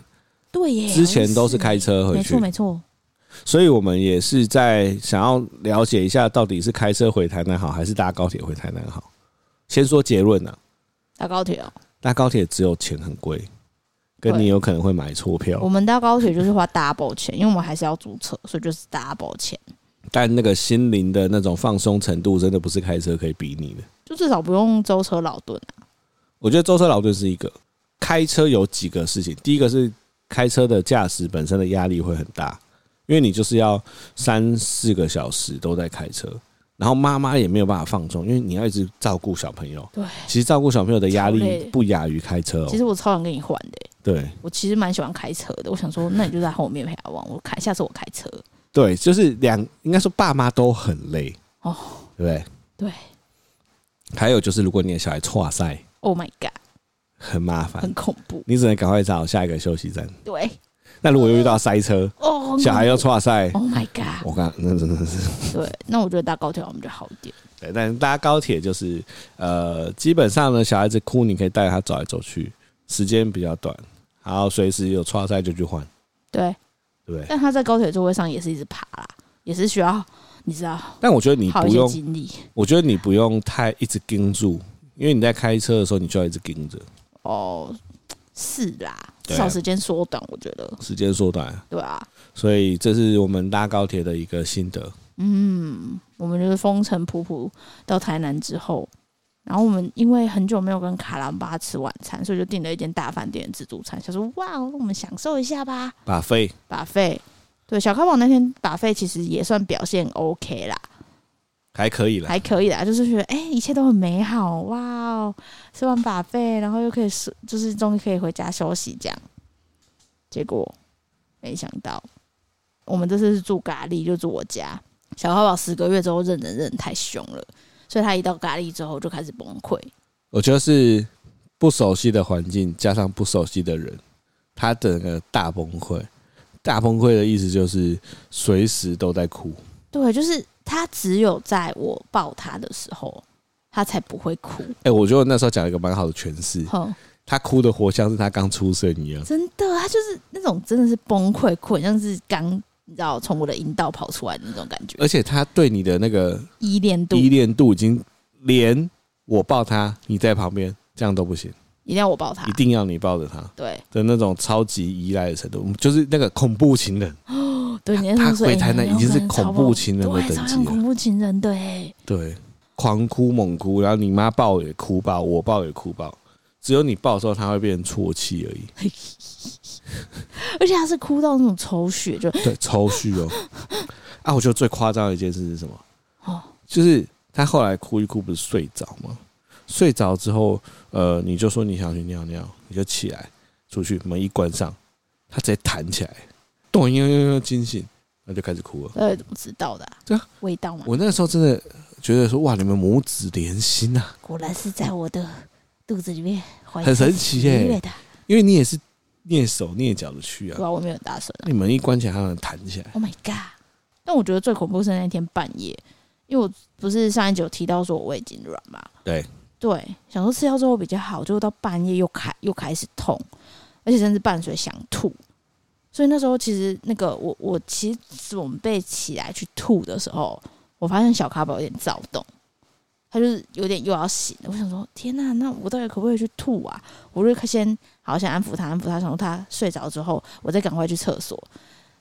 B: 对耶，
A: 之前都是开车
B: 好
A: 回
B: 像是
A: 去
B: 耶没错，没错，
A: 所以我们也是在想要了解一下，到底是开车回台南好，还是搭高铁回台南好。先说结论啊，
B: 搭高铁哦。
A: 搭高铁只有钱很贵，跟
B: 对
A: 你有可能会买错票
B: 我，们搭高铁就是花 double 钱，因为我们还是要租车，所以就是 double 钱，
A: 但那个心灵的那种放松程度，真的不是开车可以比拟的。
B: 就至少不用舟车劳顿啊。
A: 我觉得舟车劳顿是一个，开车有几个事情，第一个是开车的驾驶本身的压力会很大，因为你就是要三四个小时都在开车，然后妈妈也没有办法放松，因为你要一直照顾小朋友。
B: 对，
A: 其实照顾小朋友的压
B: 超
A: 力
B: 累
A: 不亚于开车、哦
B: 其。实我超想跟你换的欸、
A: 对
B: 我其实蛮喜欢开车的。我想说，那你就在后面陪阿旺，我开，下次我开车。
A: 对，就是两，应该说爸妈都很累
B: 哦，
A: 对不对？
B: 对
A: 还有就是，如果你的小孩错塞，
B: ，Oh my god，
A: 很麻烦
B: 很，恐怖。
A: 你只能赶快找下一个休息站。
B: 对，
A: 那如果又遇到塞车，
B: 哦，很
A: 小孩哦
B: 恐
A: 又错塞
B: 怖，Oh my god，
A: 我刚那真的是。
B: 对，那我觉得搭高铁我们就好一点。
A: 对，但搭高铁就是，呃，基本上呢，小孩子哭，你可以带他走来走去，时间比较短，然后随时有错塞就去换，
B: 对，
A: 对不对？
B: 但他在高铁座位上也是一直爬啦，也是需要你知道
A: 但我觉得你
B: 好
A: 不
B: 一些
A: 用，
B: 精力
A: 我觉得你不用太一直盯住，因为你在开车的时候，你就要一直盯着，
B: 哦。是啦，至
A: 对啊
B: 少时间缩短，我觉得
A: 时间缩短，
B: 对啊。
A: 所以这是我们搭高铁的一个心得。
B: 嗯，我们就是风尘仆仆到台南之后，然后我们因为很久没有跟卡兰巴吃晚餐，所以就订了一间大饭店的自助餐，想说哇，我们享受一下吧。
A: 把费
B: 把费，对小咖宝那天把费其实也算表现 OK 啦，
A: 还可以了，
B: 还可以啦，就是觉得哎、一切都很美好哇哦，吃完把费，然后又可以睡，就是终于可以回家休息这样。结果没想到，我们这次是住咖喱，就住我家。小花宝十个月之后认人认得太凶了，所以他一到咖喱之后就开始崩溃。
A: 我觉得是不熟悉的环境加上不熟悉的人，他整个大崩溃。大崩溃的意思就是随时都在哭。
B: 对，就是他只有在我抱他的时候，他才不会哭。
A: 哎、我觉得我那时候讲了一个蛮好的诠释，
B: 哼，
A: 他哭的活像是他刚出生一样。
B: 真的，他就是那种真的是崩溃哭，像是刚你知道从我的阴道跑出来的那种感觉
A: 而，且他对你的那个
B: 依恋度
A: 依恋度已经连我抱他，你在旁边这样都不行，
B: 一定要我抱他
A: 一，定要你抱着他
B: 对，
A: 的那种超级依赖的程度，就是那个恐怖情人。
B: 对，你那时
A: 他
B: 候说
A: 回
B: 哎
A: 台
B: 你
A: 南
B: 有
A: 已经
B: 可
A: 是
B: 能
A: 恐
B: 超
A: 怖
B: 爆
A: 情人的
B: 对
A: 等
B: 超
A: 级
B: 像
A: 了
B: 恐怖情人，对，
A: 对，狂哭猛哭，然后你妈抱也哭爆，我抱也哭爆，只有你抱的时候，他会变成啜泣而已，
B: 而且他是哭到那种抽血，就
A: 对，抽蓄哦。啊，我觉得最夸张的一件事是什么？
B: 哦，
A: 就是他后来哭一哭，不是睡着吗？睡着之后，呃，你就说你想去尿尿，你就起来出去，门一关上，他直接弹起来，咚，呦呦呦，惊醒，那就开始哭了。
B: 呃，怎么知道的啊、
A: 对啊
B: 味道嘛，
A: 我那时候真的觉得说，哇，你们母子连心啊，
B: 果然是在我的肚子里面怀
A: 很神奇耶、啊
B: 愉悦的，
A: 因为你也是蹑手蹑脚的去
B: 不
A: 啊
B: 知，道我没有很大声啊
A: 你门一关起来，它能弹起来。
B: ，Oh my god！但我觉得最恐怖是那天半夜，因为我不是上一集有提到说我胃痉挛嘛，
A: 对
B: 对，想说吃药之后比较好，结果到半夜又开又开始痛，而且甚至伴随想吐。所以那时候其实那个我我其实准备起来去吐的时候，我发现小咖宝有点躁动，他就是有点又要醒了。我想说，天呐、那我到底可不可以去吐啊？我就先好想安抚他，安抚他，想说他睡着之后，我再赶快去厕所。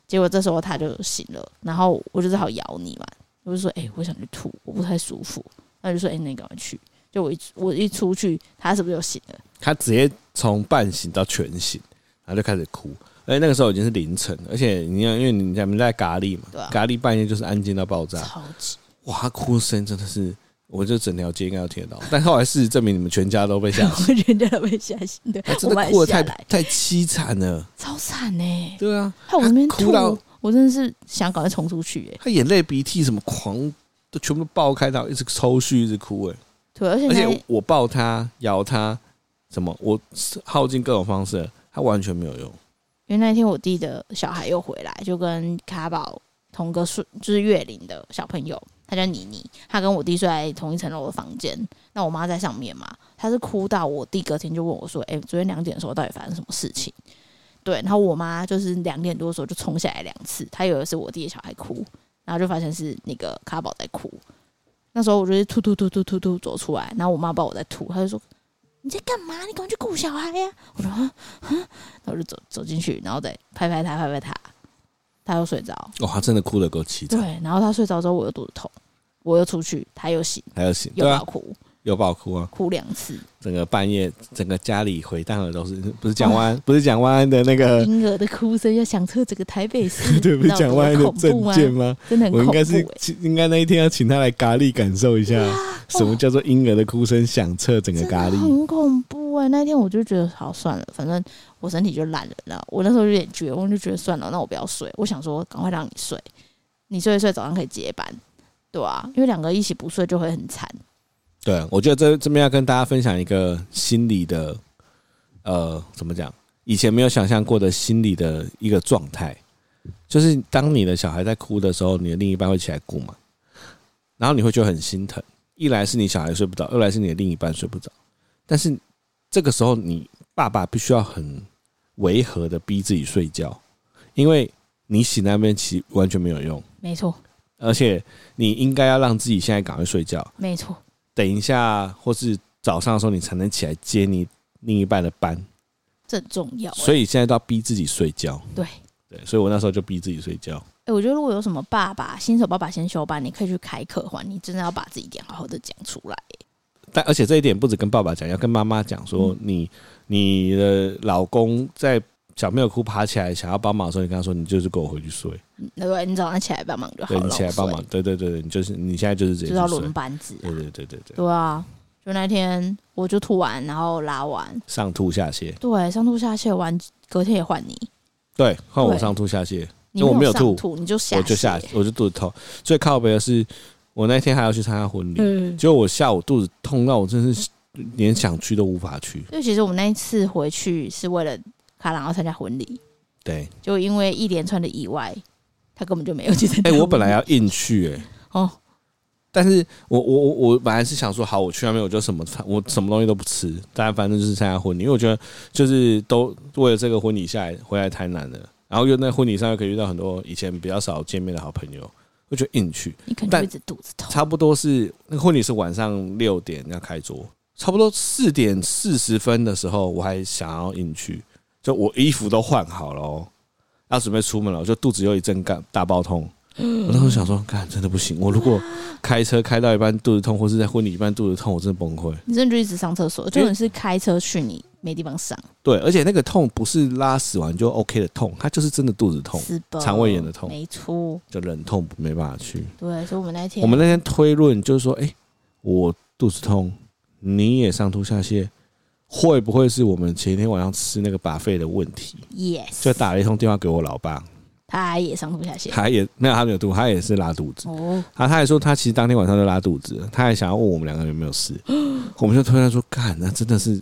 B: 结果这时候他就醒了，然后我就只好咬你嘛，我就说，哎、我想去吐，我不太舒服。他就说，哎、那你赶快去。就我一我一出去，他是不是就醒了？
A: 他直接从半醒到全醒，然后就开始哭。而且那个时候已经是凌晨，而且你要因为你们在咖喱嘛，
B: 对啊
A: 咖喱半夜就是安静到爆炸，
B: 超级
A: 哇，他哭声真的是，我就整条街应该都听得到。但后来事实证明，你们全家都被吓死，
B: 我觉得被吓醒的
A: 他，真
B: 我
A: 的
B: 蛮
A: 哭的
B: 下
A: 太
B: 来，
A: 太凄惨了。
B: 超惨呢、欸。
A: 对啊，
B: 害我那边
A: 他哭
B: 吐
A: 到，
B: 我真的是想赶快冲出去哎、
A: 他眼泪、鼻涕什么狂都全部爆开，他一直抽搐，一直哭、哎，
B: 对，而且
A: 而
B: 那
A: 且我抱他、咬他，什么，我耗尽各种方式，他完全没有用。
B: 因为那天我弟的小孩又回来，就跟卡宝同个宿，就是月龄的小朋友，他叫妮妮，他跟我弟睡在同一层楼的房间。那我妈在上面嘛，她是哭到我弟隔天就问我说：“哎、昨天两点的时候到底发生什么事情？”对，然后我妈就是两点多的时候就冲下来两次，她以为是我弟的小孩哭，然后就发现是那个卡宝在哭。那时候我就是吐吐吐吐吐吐走出来，然后我妈抱我在吐，她就说：“你在干嘛？你赶快去顾小孩呀、我说：“啊然后我就走走进去，然后再拍拍他，拍拍他，他又睡着。
A: 哇，他真的哭的够凄
B: 对
A: 惨，，
B: 然后他睡着之后，我又肚子痛，我又出去，他又醒，
A: 还有醒，
B: 又
A: 对啊
B: 要，哭，
A: 又爆哭啊！
B: 哭两次。
A: 整个半夜，整个家里回荡的都是，不是讲万安，不 是讲万安的那 个，，
B: 婴儿的哭声要响彻整个台北市
A: 呃 对，
B: 你
A: 不是
B: 知道
A: 讲
B: 多
A: 万安的
B: 恐怖
A: 证
B: 吗？
A: 件吗？
B: 真的很
A: 我
B: 恐
A: 应
B: 怖、
A: 该是
B: 欸。
A: 请应该那一天要请他来咖喱感受一 下，什么叫做婴儿的哭声响彻整个
B: 真的
A: 咖喱。
B: 很恐怖哎、那天我就觉得，好算了，反正我身体就懒人了。我那时候有点绝望，就觉得算了，那我不要睡。我想说，赶快让你睡，你睡一睡，早上可以接班，对啊，因为两个一起不睡就会很惨。
A: 对，我觉得这这边要跟大家分享一个心理的，呃，怎么讲？以前没有想象过的心理的一个状态，就是当你的小孩在哭的时候，你的另一半会起来哭嘛，然后你会觉得很心疼。一来是你小孩睡不着，二来是你的另一半睡不着。但是这个时候，你爸爸必须要很违和的逼自己睡觉，因为你醒那边其实完全没有用，
B: 没错，
A: 而且你应该要让自己现在赶快睡觉。
B: 没错，
A: 等一下或是早上的时候，你才能起来接你另一半的班，
B: 这很重要欸、
A: 所以现在都要逼自己睡觉。
B: 对，
A: 对，所以我那时候就逼自己睡觉。
B: 哎、我觉得如果有什么爸爸新手爸爸先修班，你可以去开课的话，你真的要把自己点好好的讲出来。
A: 但而且这一点不止跟爸爸讲，要跟妈妈讲说，
B: 嗯
A: 你你的老公在小朋友哭爬起来想要帮忙的时候，你跟他说，你就是跟我回去睡，
B: 嗯对不对？你早上起来帮忙就好
A: 对
B: 了，
A: 你起来帮忙
B: 我，
A: 对对对对，你就是你现在就是直
B: 睡
A: 接
B: 就是要
A: 去睡
B: 轮，班制、啊
A: 对。对对对对，
B: 对啊，就那天我就吐完，然后拉完，
A: 上吐下泻，
B: 对，上吐下泻完，隔天也换你，
A: 对，换我
B: 对
A: 上吐下泻，
B: 你
A: 因为我没有
B: 上
A: 吐
B: 吐你就下泻，
A: 我就下我就肚子痛，最靠北的是我那天还要去参加婚礼，
B: 嗯。
A: 结果我下午肚子痛到我真是连想去都无法去。
B: 就其实我们那一次回去是为了卡朗要参加婚礼，
A: 对，
B: 就因为一连串的意外，他根本就没有去参加
A: 哎、
B: 婚礼。
A: 我本来要硬去、哎，
B: 哦，
A: 但是我我我我本来是想说，好，我去那边我就什么餐我什么东西都不吃，但反正就是参加婚礼，因为我觉得就是都为了这个婚礼下来回来台南了，然后又在婚礼上又可以遇到很多以前比较少见面的好朋友，我觉得硬去，
B: 你可能
A: 但
B: 就一直肚子痛，
A: 差不多是那个婚礼是晚上六点要开桌，差不多四点四十分的时候，我还想要硬去，就我衣服都换好了哦，要准备出门了，我就肚子又一阵干大爆痛。我当时想说，干真的不行，我如果开车开到一半肚子痛，或是在婚礼一半肚子痛，我真的崩溃。
B: 你真的就一直上厕所，就你是开车去，你没地方上，
A: 对，而且那个痛不是拉屎完就 OK 的痛，它就是真的肚子痛，
B: 是吧
A: 哦肠胃炎的痛
B: 没错，
A: 就忍痛没办法去。
B: 对，所以我们那天
A: 我们那天推论就是说，哎、我肚子痛，你也上吐下泻，会不会是我们前一天晚上吃那个把费的问题？
B: yes，
A: 就打了一通电话给我老爸，
B: 他也上吐下泻，
A: 他也没有他没有吐，他也是拉肚子。
B: 哦，
A: 啊，他还说他其实当天晚上就拉肚子了，他还想要问我们两个有没有 事，我们就推断说，干，那真的是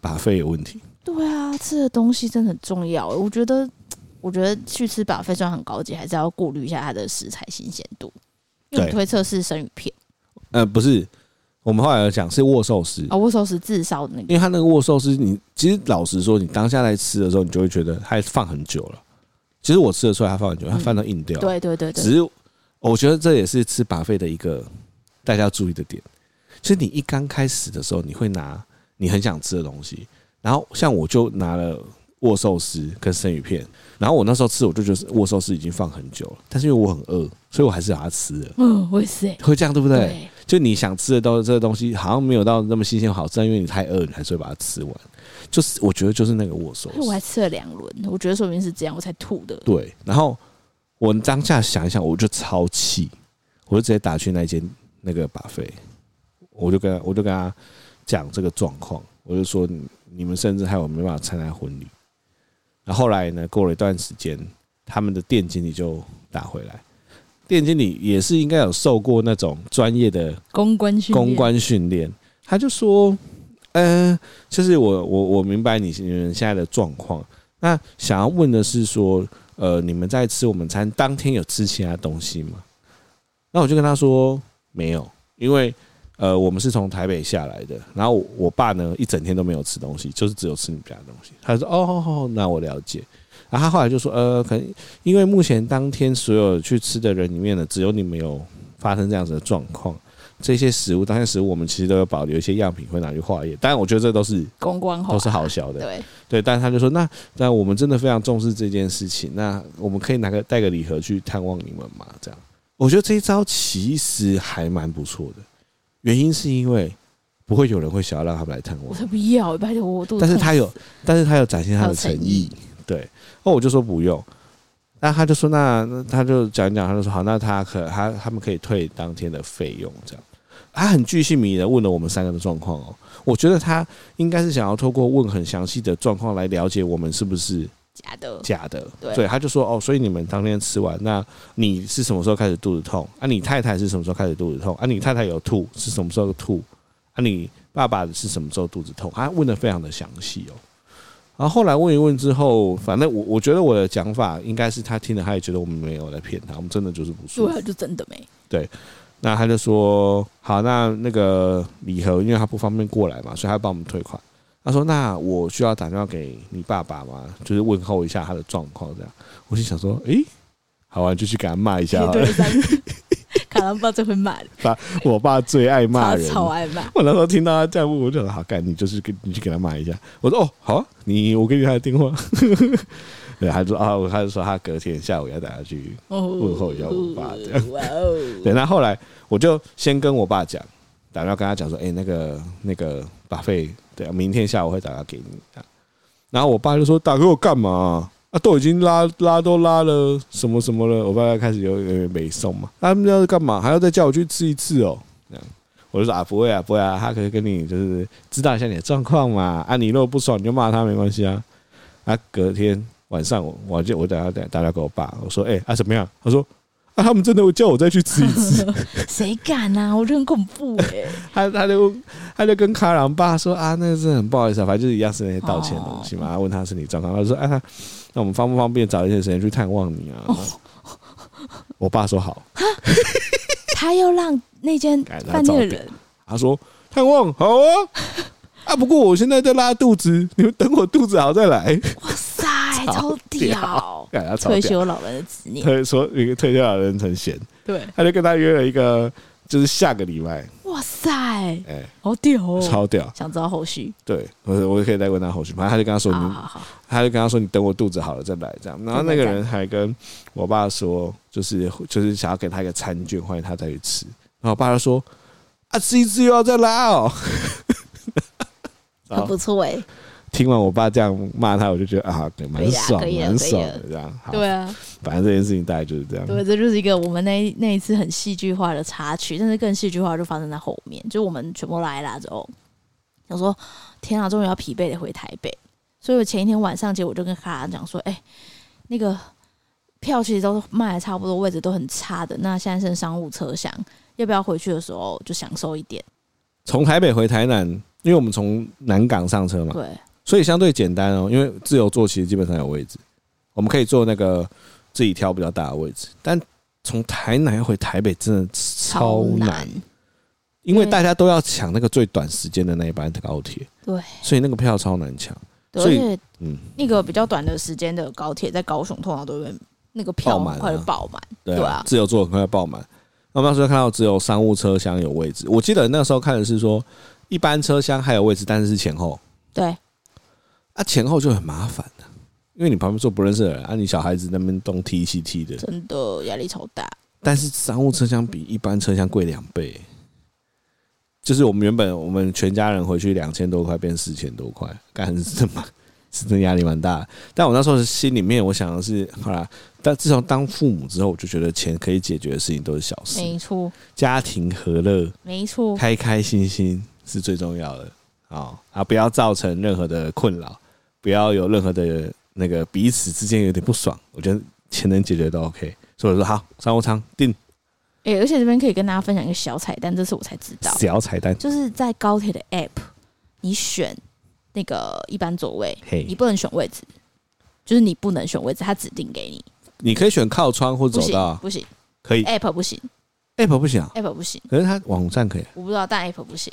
A: 把费有问题。
B: 对啊，吃的东西真的很重要，欸我觉得，我觉得去吃把费虽然很高级，还是要顾虑一下它的食材新鲜度，因为我
A: 对
B: 们推测是生鱼片
A: 呃，不是，我们后来有讲是握寿司，
B: 啊，握手时自烧的那
A: 因
B: 个，
A: 为他那个握寿司，你其实老实说，你当下在吃的时候，你就会觉得它放很久了。其实我吃得出来，它放很久，它放到硬掉。
B: 嗯对对对
A: 只哦
B: 对，
A: 是我觉得这也是吃把费的一个大家要注意的点，其实你一刚开始的时候，你会拿你很想吃的东西，然后像我就拿了握寿司跟生鱼片，然后我那时候吃我就觉得握寿司已经放很久了，但是因为我很饿，所以我还是把它吃了。
B: 嗯，我也是、欸，
A: 会这样对不对？
B: 对，
A: 就你想吃的到这个东西，好像没有到那么新鲜好吃，但因为你太饿，你还是会把它吃完。就是我觉得就是那个握寿
B: 因哎为我还
A: 司，
B: 吃了两轮，我觉得说明是这样，我才吐的。
A: 对。然后我当下想一想，我就超气，我就直接打去那间那个把费，我就跟他我就跟他讲这个状况，我就说你你们甚至害我没办法参加婚礼。然后后来呢，过了一段时间，他们的店经理就打回来，店经理也是应该有受过那种专业的
B: 公关训练
A: 公，关训练，他就说，呃，就是我我我明白你你们现在的状况，那想要问的是说，呃，你们在吃我们餐当天有吃其他东西吗？那我就跟他说没有，因为呃，我们是从台北下来的，然后我我爸呢一整天都没有吃东西，就是只有吃你们家的东西。他说哦，好好，那我了解。然后他后来就说，呃，可能因为目前当天所有去吃的人里面呢，只有你们有发生这样子的状况，这些食物当天食物我们其实都有保留一些样品会拿去化验，当然我觉得这都是
B: 公关话
A: 都是好笑的，
B: 啊对，
A: 对，但他就说，那那我们真的非常重视这件事情，那我们可以拿个带个礼盒去探望你们嘛？这样，我觉得这一招其实还蛮不错的，原因是因为不会有人会想要让他们来探
B: 我
A: 望，
B: 才不要，欸拜托我肚子
A: 但
B: 痛死。
A: 是他有，但是他有展现他
B: 他
A: 的
B: 有
A: 诚
B: 诚
A: 意，对，那我就说不用。那他就说，那那他就讲一讲，他就说好，那他可他他们可以退当天的费用，这样。他很具细迷的问了我们三个的状况哦，我觉得他应该是想要透过问很详细的状况来了解我们是不是
B: 假的，
A: 假的，
B: 对
A: 所以他就说哦，所以你们当天吃完，那你是什么时候开始肚子痛？啊，
B: 嗯
A: 你太太是什么时候开始肚子痛？啊，你太太有吐是什么时候吐？啊，你爸爸是什么时候肚子痛？他问的非常的详细哦。然后后来问一问之后，反正我我觉得我的讲法应该是他听了，他也觉得我们没有在骗他，我们真的就是不舒
B: 对
A: 服
B: 啊，。就真的没。
A: 那他就说好，那那个礼盒，因为他不方便过来嘛，所以他帮我们退款。他说：“那我需要打电话给你爸爸吗？就是问候一下他的状况，这样。”我心想说：“诶、好啊，就去给他骂一下好了。
B: 对上，卡拉巴最会骂人，
A: 我爸最爱骂
B: 他
A: 人，
B: 超爱骂。
A: 我那时候听到他这样问，我就想好干，你就是跟你去给他骂一下。我说哦，好啊，你我给你他的电话。 对，他就说啊，我他就说他隔天下午要带他去
B: 哦，
A: 问候一下我爸这样
B: 哇哦，
A: 对，那后来我就先跟我爸讲，打电话跟他讲说，哎、那个那个把费，对啊，明天下午会打电话给你。这样然后我爸就说打给我干嘛？啊，都已经拉拉都拉了什么什么了，我爸开始有有点没送嘛，啊他们要干嘛？还要再叫我去吃一次哦。这样我就说啊，不会啊，不会啊，他可以跟你就是知道一下你的状况嘛。啊，你如果不爽你就骂他没关系啊。啊，隔天晚上我我就我打打打电话给我爸，我说哎、啊怎么样？他说啊他们真的会叫我再去吃一次。
B: 谁敢啊？我觉得很恐怖哎、
A: 他他就他就跟卡朗爸说啊，那个真的很不好意思啊，反正就是一样是那些道歉的东西
B: 哦
A: 嘛。他问他身体状况，他就说啊，那我们方不方便找一些时间去探望你啊？我爸说好，
B: 他要让那间
A: 敢拿
B: 饭店的人
A: 他说探望好啊，啊不过我现在在拉肚子，你们等我肚子好再来。 哎
B: 哇塞，超屌！
A: 感他超
B: 退
A: 屌，
B: 休老人的 执念，
A: 退说一个退休老人很闲，
B: 对，
A: 他就跟他约了一个，就是下个礼拜，
B: 哇塞，
A: 哎、
B: 好屌哦！
A: 超屌。
B: 想知道后续？
A: 对我我可以再问他后续，反正他就跟他说
B: 好
A: 你
B: 好好好，
A: 他就跟他说：“你等我肚子好了再来。”这样，然后那个人还跟我爸说，就是就是想要给他一个餐券，欢迎他再去吃。然后我爸就说：“啊，吃一次又要再拉 哦。
B: 很
A: 好
B: 不错哎、”
A: 听完我爸这样骂他，我就觉得啊，蛮爽，
B: 可以啊
A: 蛮爽
B: 可以
A: 的这样。好
B: 对，啊，
A: 反正这件事情大概就是这样。
B: 对，这就是一个我们那一那一次很戏剧化的插曲，但是更戏剧化就发生在后面，就我们全部来啦之后，想说天啊，终于要疲惫的回台北，所以我前一天晚上，结果我就跟卡拉讲说，哎、那个票其实都卖的差不多，位置都很差的，那现在剩商务车厢，要不要回去的时候就享受一点？
A: 从台北回台南，因为我们从南港上车嘛，
B: 对，
A: 所以相对简单哦，因为自由坐其实基本上有位置，我们可以坐那个自己挑比较大的位置。但从台南回台北真的超难，因为大家都要抢那个最短时间的那一班高铁，
B: 对，
A: 所以那个票超难抢。
B: 对
A: 所以
B: 而且
A: 嗯，
B: 那个比较短的时间的高铁在高雄通常都会那个票
A: 爆满啊
B: 快就爆满，
A: 对
B: 对啊
A: 自由座很快爆满。那我那时候看到只有商务车厢有位置，我记得那时候看的是说一般车厢还有位置，但是是前后
B: 对，
A: 啊，前后就很麻烦的、因为你旁边坐不认识的人啊，你小孩子那边东踢西踢的。
B: 真的压力超大。
A: 但是商务车厢比一般车厢贵两倍，就是我们原本我们全家人回去两千多块变四千多块，干是真蛮 是真的压力蛮大的。但我那时候心里面我想的是，好啦，但自从当父母之后，我就觉得钱可以解决的事情都是小事，
B: 没错，
A: 家庭和乐、
B: 没错，
A: 开开心心是最重要的啊、哦、啊！不要造成任何的困扰，不要有任何的那个彼此之间有点不爽，我觉得钱能解决都 OK。所以我说好，商务舱定。
B: 哎、而且这边可以跟大家分享一个小彩蛋，这次我才知道，
A: 小彩蛋，
B: 就是在高铁的 app，你选那个一般座位，
A: 嘿
B: 你，不能选位置，就是你不能选位置，它指定给你，
A: 你可以选靠窗或走
B: 不行哎
A: 道，
B: 不行
A: 可以。
B: ，app 不行
A: App 不行啊，
B: ，app 不行，
A: 可是它网站可以啊。
B: 我不知道，但 app 不行。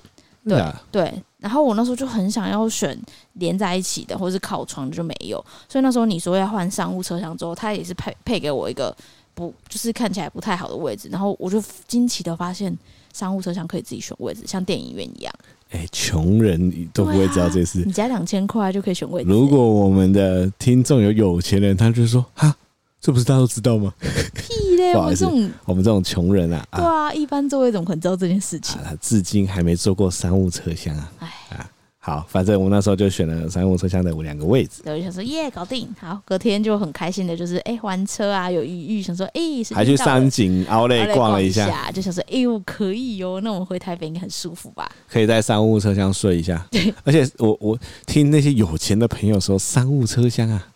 A: 对啊，
B: 对，然后我那时候就很想要选连在一起的，或是靠窗的就没有，所以那时候你说要换商务车厢之后，他也是配配给我一个不就是看起来不太好的位置，然后我就惊奇的发现商务车厢可以自己选位置，像电影院一样，
A: 哎，穷人你都不会知道这事
B: 你。加两千块就可以选位置。
A: 如果我们的听众有有钱人，他就说哈，这不是大家都知道吗？
B: 屁嘞，
A: 不好
B: 我
A: 意思
B: 这种
A: 我们这种穷人啊，
B: 对
A: 啊，
B: 啊，一般座位怎么可能知道这件事情？
A: 啊至今还没坐过商务车厢啊。
B: 哎，
A: 好，反正我那时候就选了商务车厢的我两个位置，
B: 对，我就想嗯说耶，搞定，好，隔天就很开心的，就是哎、还车啊，有余裕，想说哎、时间
A: 还去
B: 到了
A: 三井奥
B: 然
A: 莱
B: 后
A: 逛了
B: 一
A: 一下，
B: 就想说，哎呦，可以哦，那我们回台北应该很舒服吧？
A: 可以在商务车厢睡一下。而且我我听那些有钱的朋友说，商务车厢啊，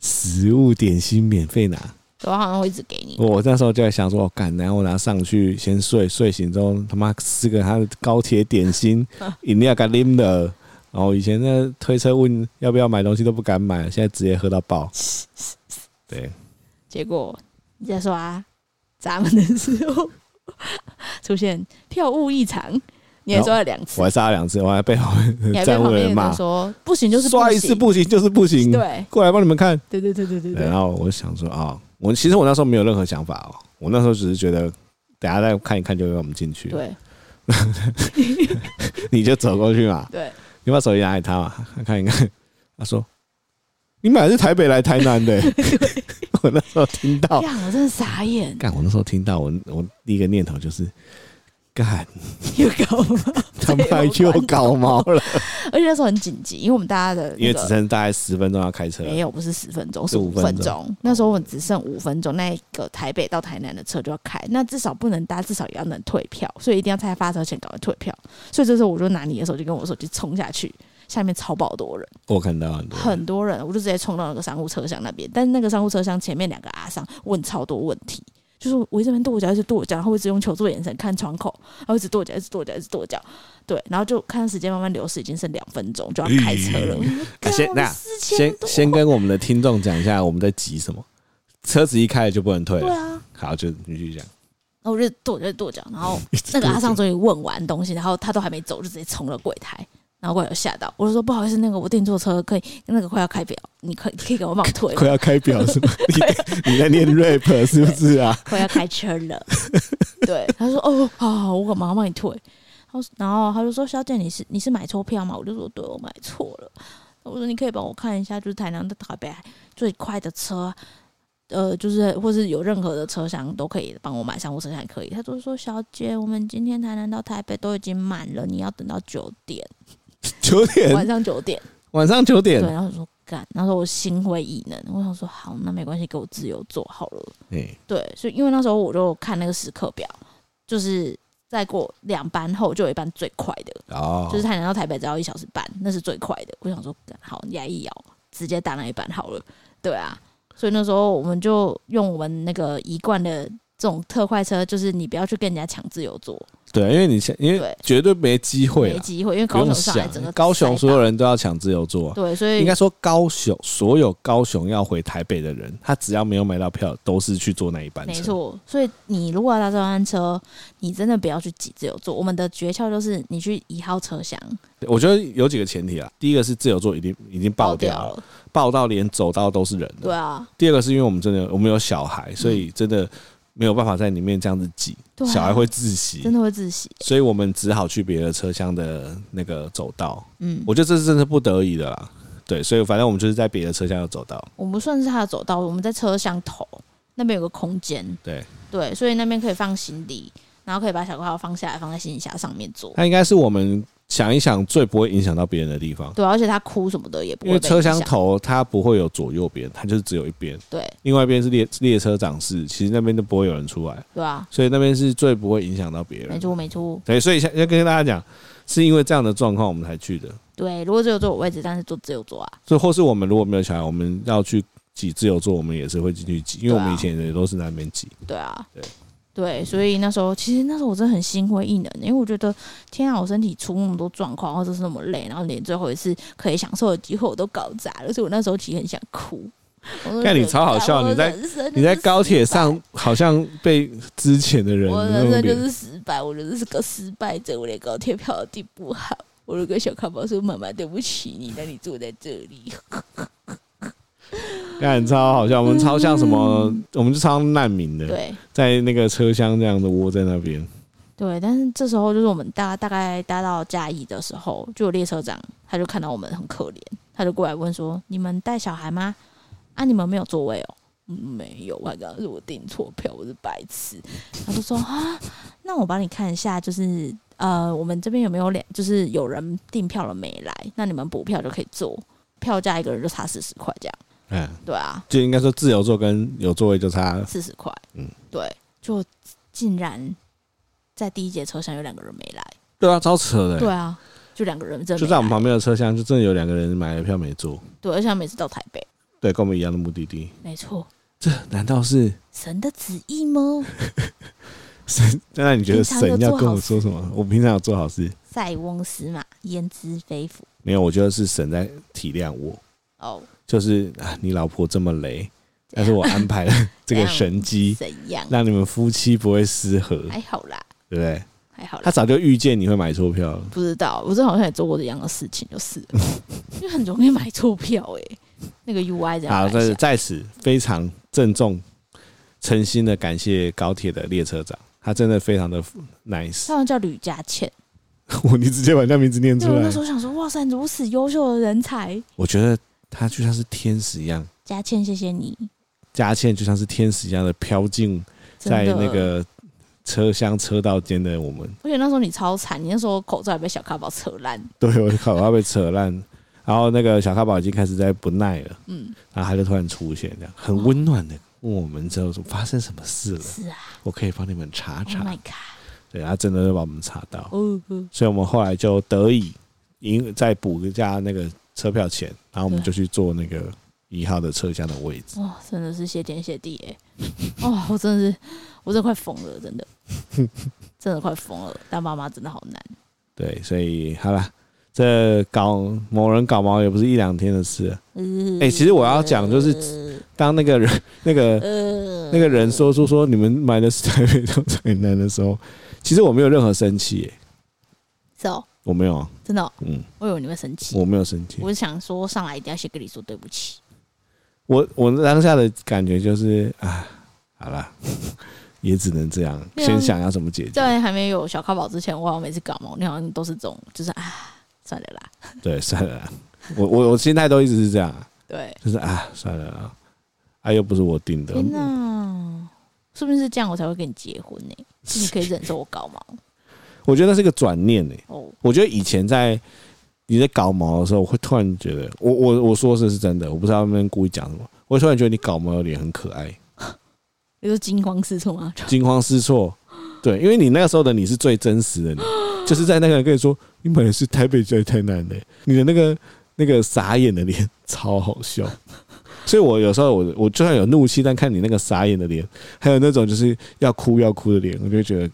A: 食物点心免费拿。
B: 对我好像会一直给 你，，
A: 我那时候就在想说，哦干，然后我拿上去先睡，睡醒之后他妈吃个他的高铁点心 饮料干拎的。然后以前那推车问要不要买东西都不敢买，现在直接喝到爆。对，
B: 结果你在刷闸门的时候 出现票务异常，你还
A: 然后
B: 刷了两次
A: 我，还杀了两次，我还被旁边
B: 你还
A: 的
B: 被
A: 站
B: 旁
A: 务
B: 边
A: 人
B: 人
A: 骂，
B: 说不行就是不
A: 刷一
B: 行
A: 次，不行就是不行，
B: 对
A: 过来帮你们看。
B: 对对对对对
A: 对
B: 对
A: 然，后我就想说啊、我其实我那时候没有任何想法哦，我那时候只是觉得等下再看一看就会让我们进去，
B: 对
A: 你就走过去嘛，
B: 对，
A: 你把手机拿给他嘛，看一看。他说：“你买的是台北来台南的、 我那时候听到，
B: 哎呀，我真的傻眼，
A: 干，我那时候听到，我我第一个念头就是，干
B: 又搞吗？
A: 他妈
B: 这有
A: 又
B: 关
A: 搞毛了，
B: 而且那时候很紧急，因为我们大家的
A: 因
B: 那
A: 为只
B: 个。
A: 剩大概十分钟要开车了，
B: 没有，不是啊十分钟，是哦
A: 是
B: 五
A: 五
B: 分
A: 分钟
B: 钟。那时候我们只剩五分钟，那个台北到台南的车就要开，那至少不能搭，至少也要能退票，所以一定要在发车前赶快退票。所以这时候我就拿你的手机跟我手机冲下去，下面超爆多人，
A: 我看到很多人
B: 很多人，我就直接冲到那个商务车厢那边，但是那个商务车厢前面两个阿桑问超多问题。就是我一直边跺我脚，一直跺我脚，然后一直用求助的眼神看窗口，然后一直跺脚，一直跺脚，一直跺脚，对，然后就看时间慢慢流逝，已经剩两分钟就要开车了。
A: 啊先那先先跟我们的听众讲一下我们在急什么，车子一开了就不能退
B: 对
A: 了。
B: 啊，
A: 好，就你继续讲。
B: 然后我就跺脚就跺脚，然后那个阿尚终于问完东西，然后他都还没走，就直接冲了柜台。然后柜台有吓到，我就说不好意思，那个我订错车，可以那个快要开表，你可以可以给我帮我退吗
A: 快要开表 是吗？你你在念 rap 是不是啊？
B: 快要开车了。对，他说哦，好好，好我马上帮你退。然后然后他就说小姐，你是你是买错票吗？我就说对，我买错了。我说你可以帮我看一下，就是台南到台北最快的车，呃，就是或是有任何的车厢都可以帮我买商务车厢也可以。他就说小姐，我们今天台南到台北都已经满了，你要等到九点，
A: 九
B: 晚
A: 点，
B: 上九点。
A: 晚上九点
B: 对，。然后我说干，那时候我心灰意冷，我想说好，那没关系，给我自由坐好了。
A: 哎，
B: 对，所以因为那时候我就看那个时刻表，就是再过两班后就有一班最快的，
A: 哦，
B: 就是台南到台北只要一小时半，那是最快的。我想说，干好牙一咬，直接打那一班好了。对啊，所以那时候我们就用我们那个一贯的这种特快车，就是你不要去跟人家抢自由座，
A: 对，因为你现因为
B: 对
A: 绝对没机会
B: 没
A: 了，
B: 机会，因为
A: 不
B: 高
A: 用
B: 雄上来
A: 想
B: 整个。
A: 高雄所
B: 塞
A: 有
B: 爆
A: 人都要抢自由座，啊
B: 对，所以
A: 应该说高雄所有高雄要回台北的人，他只要没有买到票，都是去坐那一班
B: 没
A: 车。
B: 错，所以你如果要搭这班车，你真的不要去挤自由座。我们的诀窍就是你去一号车厢
A: 我觉得有几个前提啊，第一个是自由座已经已经爆掉了，
B: 了，
A: 爆到连走道都是人了
B: 对。啊，嗯
A: 第二个是因为我们真的我们有小孩，所以真的没有办法在里面这样子挤，
B: 对啊
A: 小孩会窒息
B: 真，的会窒息。
A: 所以我们只好去别的车厢的那个走道。
B: 嗯，
A: 我觉得这是真的不得已的啦。对，所以反正我们就是在别的车厢有走道，
B: 我们不算是他的走道，我们在车厢头那边有个空间，
A: 对
B: 对，所以那边可以放行李，然后可以把小挂号放下来，放在行李箱上面坐。
A: 它应该是我们想一想最不会影响到别人的地方，
B: 对，啊而且他哭什么的也不
A: 因
B: 会
A: 为
B: 被
A: 车
B: 影
A: 厢
B: 响
A: 头它不会有左右边，它就是只有一边，
B: 对
A: 另外一边是列列车长室，其实那边都不会有人出来，
B: 对啊，
A: 所以那边是最不会影响到别
B: 没
A: 人。
B: 错没错。
A: 对，啊所以现要跟大家讲，是因为这样的状况我们才去的。
B: 对，如果只有坐我位置，但是坐只有坐啊，
A: 所以或是我们如果没有小孩，我们要去挤自由座，我们也是会进去挤，因为我
B: 对
A: 们
B: 啊
A: 以前也都是在那边挤。
B: 对啊，
A: 对
B: 对所以那时候其实那时候我真的很心灰意冷，因为我觉得天啊，我身体出那么多状况，或者是那么累，然后连最后一次可以享受的机会我都搞砸了，所以我那时候其实很想哭。
A: 干你超好笑你在 你在高铁上好像被之前的人
B: 我
A: 那
B: 人
A: 种
B: 生就
A: 脸
B: 是失败，我就是个失败者，我连高铁票都订不好。我就跟小咖宝说：“妈妈，对不起你，让你坐在这里。
A: 干超好笑，我们超像什么，
B: 嗯
A: 我们就超像难民”的，
B: 对
A: 在那个车厢这样的窝在那边。
B: 对，但是这时候就是我们大大概搭到嘉义的时候，就有列车长，他就看到我们很可怜，他就过来问说：“你们带小孩吗？啊，你们没有座位哦？”嗯，没有，我还刚刚是我订错票，我是白痴。他就说：“啊，那我帮你看一下，就是呃，我们这边有没有两，就是有人订票了没来？那你们补票就可以坐，票价一个人就差四十块这样。
A: 哎，
B: 对啊，
A: 就应该说自由座跟有座位就差。
B: 四十块。
A: 嗯
B: 嗯，对，就竟然在第一节车厢有两个人没来。
A: 对啊，超扯的、
B: 对啊，就两个人真的
A: 就
B: 没
A: 在我们
B: 来
A: 旁边的车厢，就真的有两个人买了票没坐，
B: 对，而且他每次到台北，
A: 对，跟我们一样的目的地。
B: 没错，
A: 这难道是
B: 神的旨 意吗？
A: 神？那你觉得神要跟我说什么？我平常有做好事，
B: 塞翁失马，焉知非福？
A: 没有，我觉得是神在体谅我，
B: 哦，
A: 就是啊，你老婆这么雷，
B: 怎
A: 但
B: 样
A: 是我安排了这 个神机，
B: 怎样？
A: 让你们夫妻不会失和，
B: 还好啦，
A: 对不对？
B: 还好
A: 他
B: 啦。
A: 早就预见你会买错票了。
B: 不知道，我这好像也做过一样的事情，就是 了因为很容易买错票哎、那个 UI 这样
A: 好，
B: 买
A: 在
B: 下，
A: 在此非常郑重、诚心的感谢高铁的列车长，他真的非常的 nice。
B: 他好像叫吕佳倩。
A: 我你直接把人家名字念嗯
B: 对，
A: 出
B: 我
A: 来
B: 那时，候想说，哇塞，如此优秀的人才，
A: 我觉得他就像是天使一样，
B: 佳倩，谢谢你。
A: 佳倩就像是天使一样的飘进
B: 真
A: 在
B: 的
A: 那，个车厢车道间的我们。
B: 而且那时候你超惨，你那时候口罩还被小咖宝扯烂，
A: 对我靠，我要被扯烂。然后那个小咖宝已经开始在不耐了，
B: 嗯，哦
A: 然后他就突然出现，这样很温暖的问我们之后说发生什么事了，
B: 是啊
A: 我可以帮你们查
B: ，Oh
A: 查。
B: my god，
A: 对，他真的就把我们查到。
B: 哦，哦
A: 所以我们后来就得以因再补一下那个车票钱，然后我们就去坐那个一号的车厢的位置。
B: 哇，真的是谢天谢地耶！哦，我真的是，我真的快疯了，真 的，真的快疯了。当妈妈真的好难，
A: 对，所以好啦，这搞某人搞毛也不是一两天的事了。
B: 嗯，
A: 哎、其实我要讲就是，当那个人那个
B: 呃
A: 那个人说出说你们买的是台北到台南的时候， 其实我没有任何生气、耶
B: 是哦，
A: 我没有啊，
B: 真的哦、
A: 嗯，
B: 我以为你会生气，
A: 我没有生气。
B: 我是想说上来一定要先跟你说对不起，
A: 我我当下的感觉就是啊，好啦， 也只能这样，
B: 对啊
A: 先想要怎么解决。
B: 在还没有小咖宝之前，我好像每次感冒，你好像都是这种，就是啊，算了啦，
A: 对，算了啦，我我我心态都一直是这样啊，
B: 对，
A: 就是啊，算了啦，啊又不是我定的，
B: 天哪，说不定是这样我才会跟你结婚呢、是你可以忍受我感冒
A: 我觉得那是个转念呢、
B: 哦，
A: 我觉得以前在你在搞毛的时候，我会突然觉得，我我我说这是真的，我不知道他们故意讲什么，我会突然觉得你搞毛的脸很可爱，
B: 你说惊慌失措吗？
A: 惊慌失措。对，因为你那个时候的你是最真实的你，就是在那个人跟你说你买的是台北最台南的、你的那个那个傻眼的脸超好笑。所以我有时候我我就算有怒气，但看你那个傻眼的脸，还有那种就是要哭要哭的脸，我就会觉得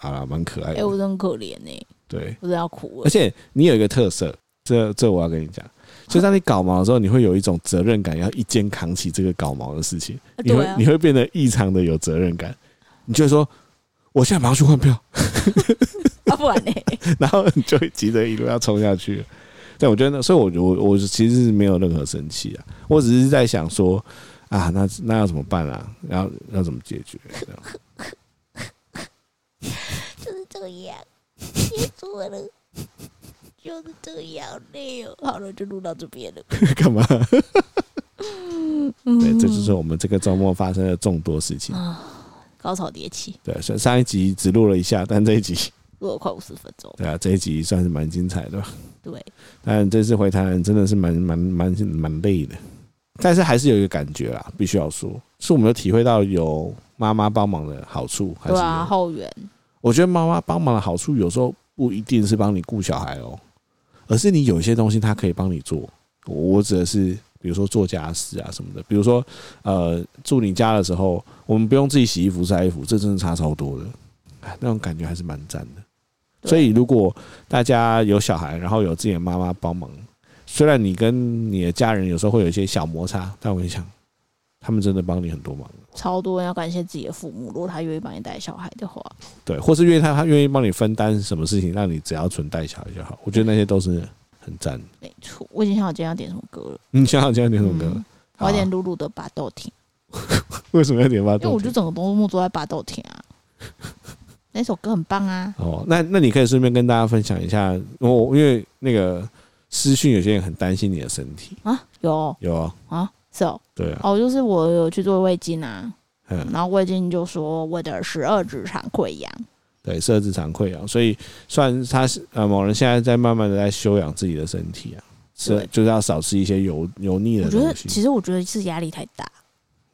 A: 啊蛮可爱
B: 哎、
A: 的。
B: 我真的很可怜呢、
A: 对，
B: 我真的要哭
A: 而
B: 了。
A: 且你有一个特色，这这我要跟你讲，就当你搞毛的时候，你会有一种责任感，要一肩扛起这个搞毛的事情。
B: 啊
A: 你会、
B: 对啊
A: 你，会变得异常的有责任感，你就会说。我现在马上去换票，
B: 啊不然呢？
A: 然后你就会急着一路要冲下去。但我觉得那，所以我我我其实是没有任何生气啊，我只是在想说，啊，那那要怎么办啊？要要怎么解决？ 这样
B: 就是这样，憋住我了，就是这样，累哦。好了，就录到这边了。
A: 干嘛？对，
B: 对
A: 这就是我们这个周末发生的众多事情。
B: 啊，高潮迭起，
A: 对，上上一集只录了一下，但这一集，
B: 录了快五十分钟。
A: 对啊，这一集算是蛮精彩的吧。
B: 对，
A: 但这次回台南真的是蛮蛮蛮蛮累的，但是还是有一个感觉啦，必须要说，是我们有体会到有妈妈帮忙的好处，还是
B: 对啊，
A: 有
B: 后援
A: 我觉得妈妈帮忙的好处有时候不一定是帮你顾小孩哦，而是你有一些东西她可以帮你做。我我指的是，比如说做家事啊什么的，比如说呃住你家的时候，我们不用自己洗衣服晒衣服，这真的差超多的，哎，那种感觉还是蛮赞的。
B: 对
A: 所以，如果大家有小孩，然后有自己的妈妈帮忙，虽然你跟你的家人有时候会有一些小摩擦，但我跟你讲，他们真的帮你很多忙。
B: 超多人要感谢自己的父母，如果他愿意帮你带小孩的话，
A: 对，或是愿意他他愿意帮你分担什么事情，让你只要存带小孩就好。我觉得那些都是很赞的。
B: 没错。我已经想好今天要点什么歌了，
A: 你想想今天点什么歌？啊
B: 嗯我要点露露的《巴豆听》，
A: 为什么要点八
B: 因为
A: 豆
B: 我就整个周末都在巴豆听啊。那首歌很棒啊，
A: 哦，那那你可以顺便跟大家分享一下，我、因为那个私讯有些人很担心你的身体，
B: 啊有哦
A: 有啊，
B: 啊是哦
A: 对啊，
B: 哦，就是我有去做胃镜啊，
A: 嗯，
B: 然后胃镜就说我的十二指肠溃疡，
A: 对，设置常溃疡，啊所以算他是呃某人现在在慢慢的在修养自己的身体啊，是
B: 对
A: 就是要少吃一些油油腻
B: 我
A: 的
B: 觉
A: 东
B: 得
A: 西。嗯
B: 其实我觉得是压力太大，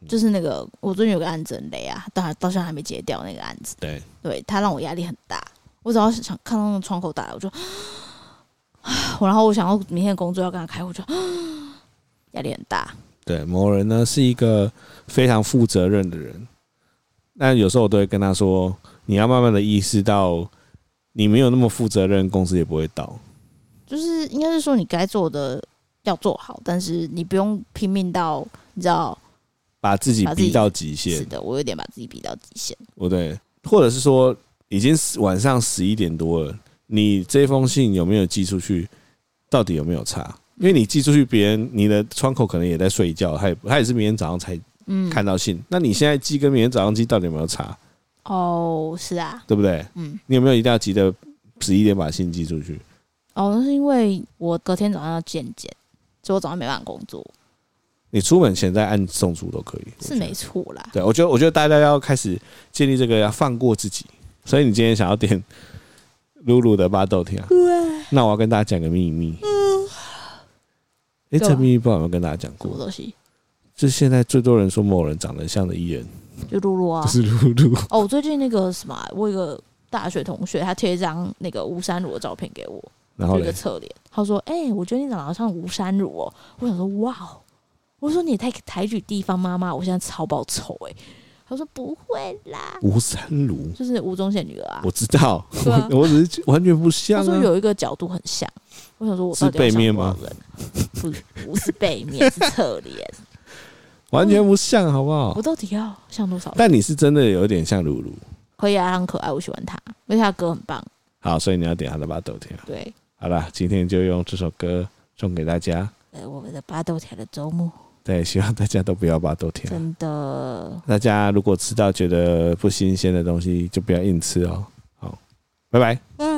B: 就是那个我最近有个案子很累啊，到到现在还没结掉那个案子，
A: 对，
B: 对他让我压力很大，我只要想看到那个窗口打来，我就， 啊我然后我想要明天的工作要跟他开会，我就 啊压力很大，
A: 对，某人呢是一个非常负责任的人，那有时候我都会跟他说，你要慢慢的意识到，你没有那么负责任，公司也不会倒。
B: 就是应该是说你该做的要做好，但是你不用拼命到你知道，
A: 把自己
B: 把自己
A: 逼到极
B: 是
A: 限，
B: 的，我有点把自己逼到极限，
A: 不哦对，或者是说已经十晚上十一点多了，你这封信有没有寄出去？到底有没有差？因为你寄出去，别人你的窗口可能也在睡觉，他也他也是明天早上才
B: 嗯，
A: 看到信。那你现在寄跟明天早上寄到底有没有差？
B: 哦，是啊，
A: 对不对？
B: 嗯，
A: 你有没有一定要急着十一点把信寄出去？
B: 哦，那是因为我隔天早上要见检，所以我早上没办法工作，
A: 你出门前再按送出都可以。我觉
B: 是
A: 得
B: 没错啦。
A: 对，我觉得我觉得大家要开始建立这个要放过自己。所以你今天想要点 露露的巴豆甜、啊，那我要跟大家讲个秘密。
B: 嗯
A: 哎、
B: 对
A: 这
B: 啊
A: 秘密不知道有没有跟大家讲
B: 什么
A: 过？
B: 东西？
A: 就是现在最多人说某人长得像的艺人，
B: 就露露啊
A: 就。是露露。
B: 哦，我最近那个什么啊，我有个大学同学，他贴一张那个吴珊如的照片给我，
A: 然后
B: 就一
A: 嘞
B: 个，侧脸。他说：“哎、我觉得你长得像吴珊如哦。”我想说：“哇哦！”我说：“你也太抬举地方妈妈，我现在超爆丑哎、他说：“不会啦，
A: 吴三如，
B: 就是吴宗宪女儿啊。
A: 我知道，
B: 对啊
A: 我我只是完全不”像
B: 他说
A: 啊。
B: 有一个角度很像，我想说我
A: 是
B: 到底要
A: 背
B: 像
A: 面
B: 多少
A: 吗
B: 人啊？不，不是背面，是 侧脸。
A: 完全不像，好不好
B: 我？到底要像多少人？
A: 哦但你是真的有点像露露，
B: 可以啊，他很可爱，我喜欢他，而且他歌很棒。
A: 好，所以你要点他的巴豆甜啊。
B: 对，
A: 好啦，今天就用这首歌送给大家。
B: 呃，我们的巴豆条的周末
A: 对，希望大家都不要巴豆甜啊。
B: 真的
A: 大家如果吃到觉得不新鲜的东西，就不要硬吃哦。好，拜拜。
B: 拜拜。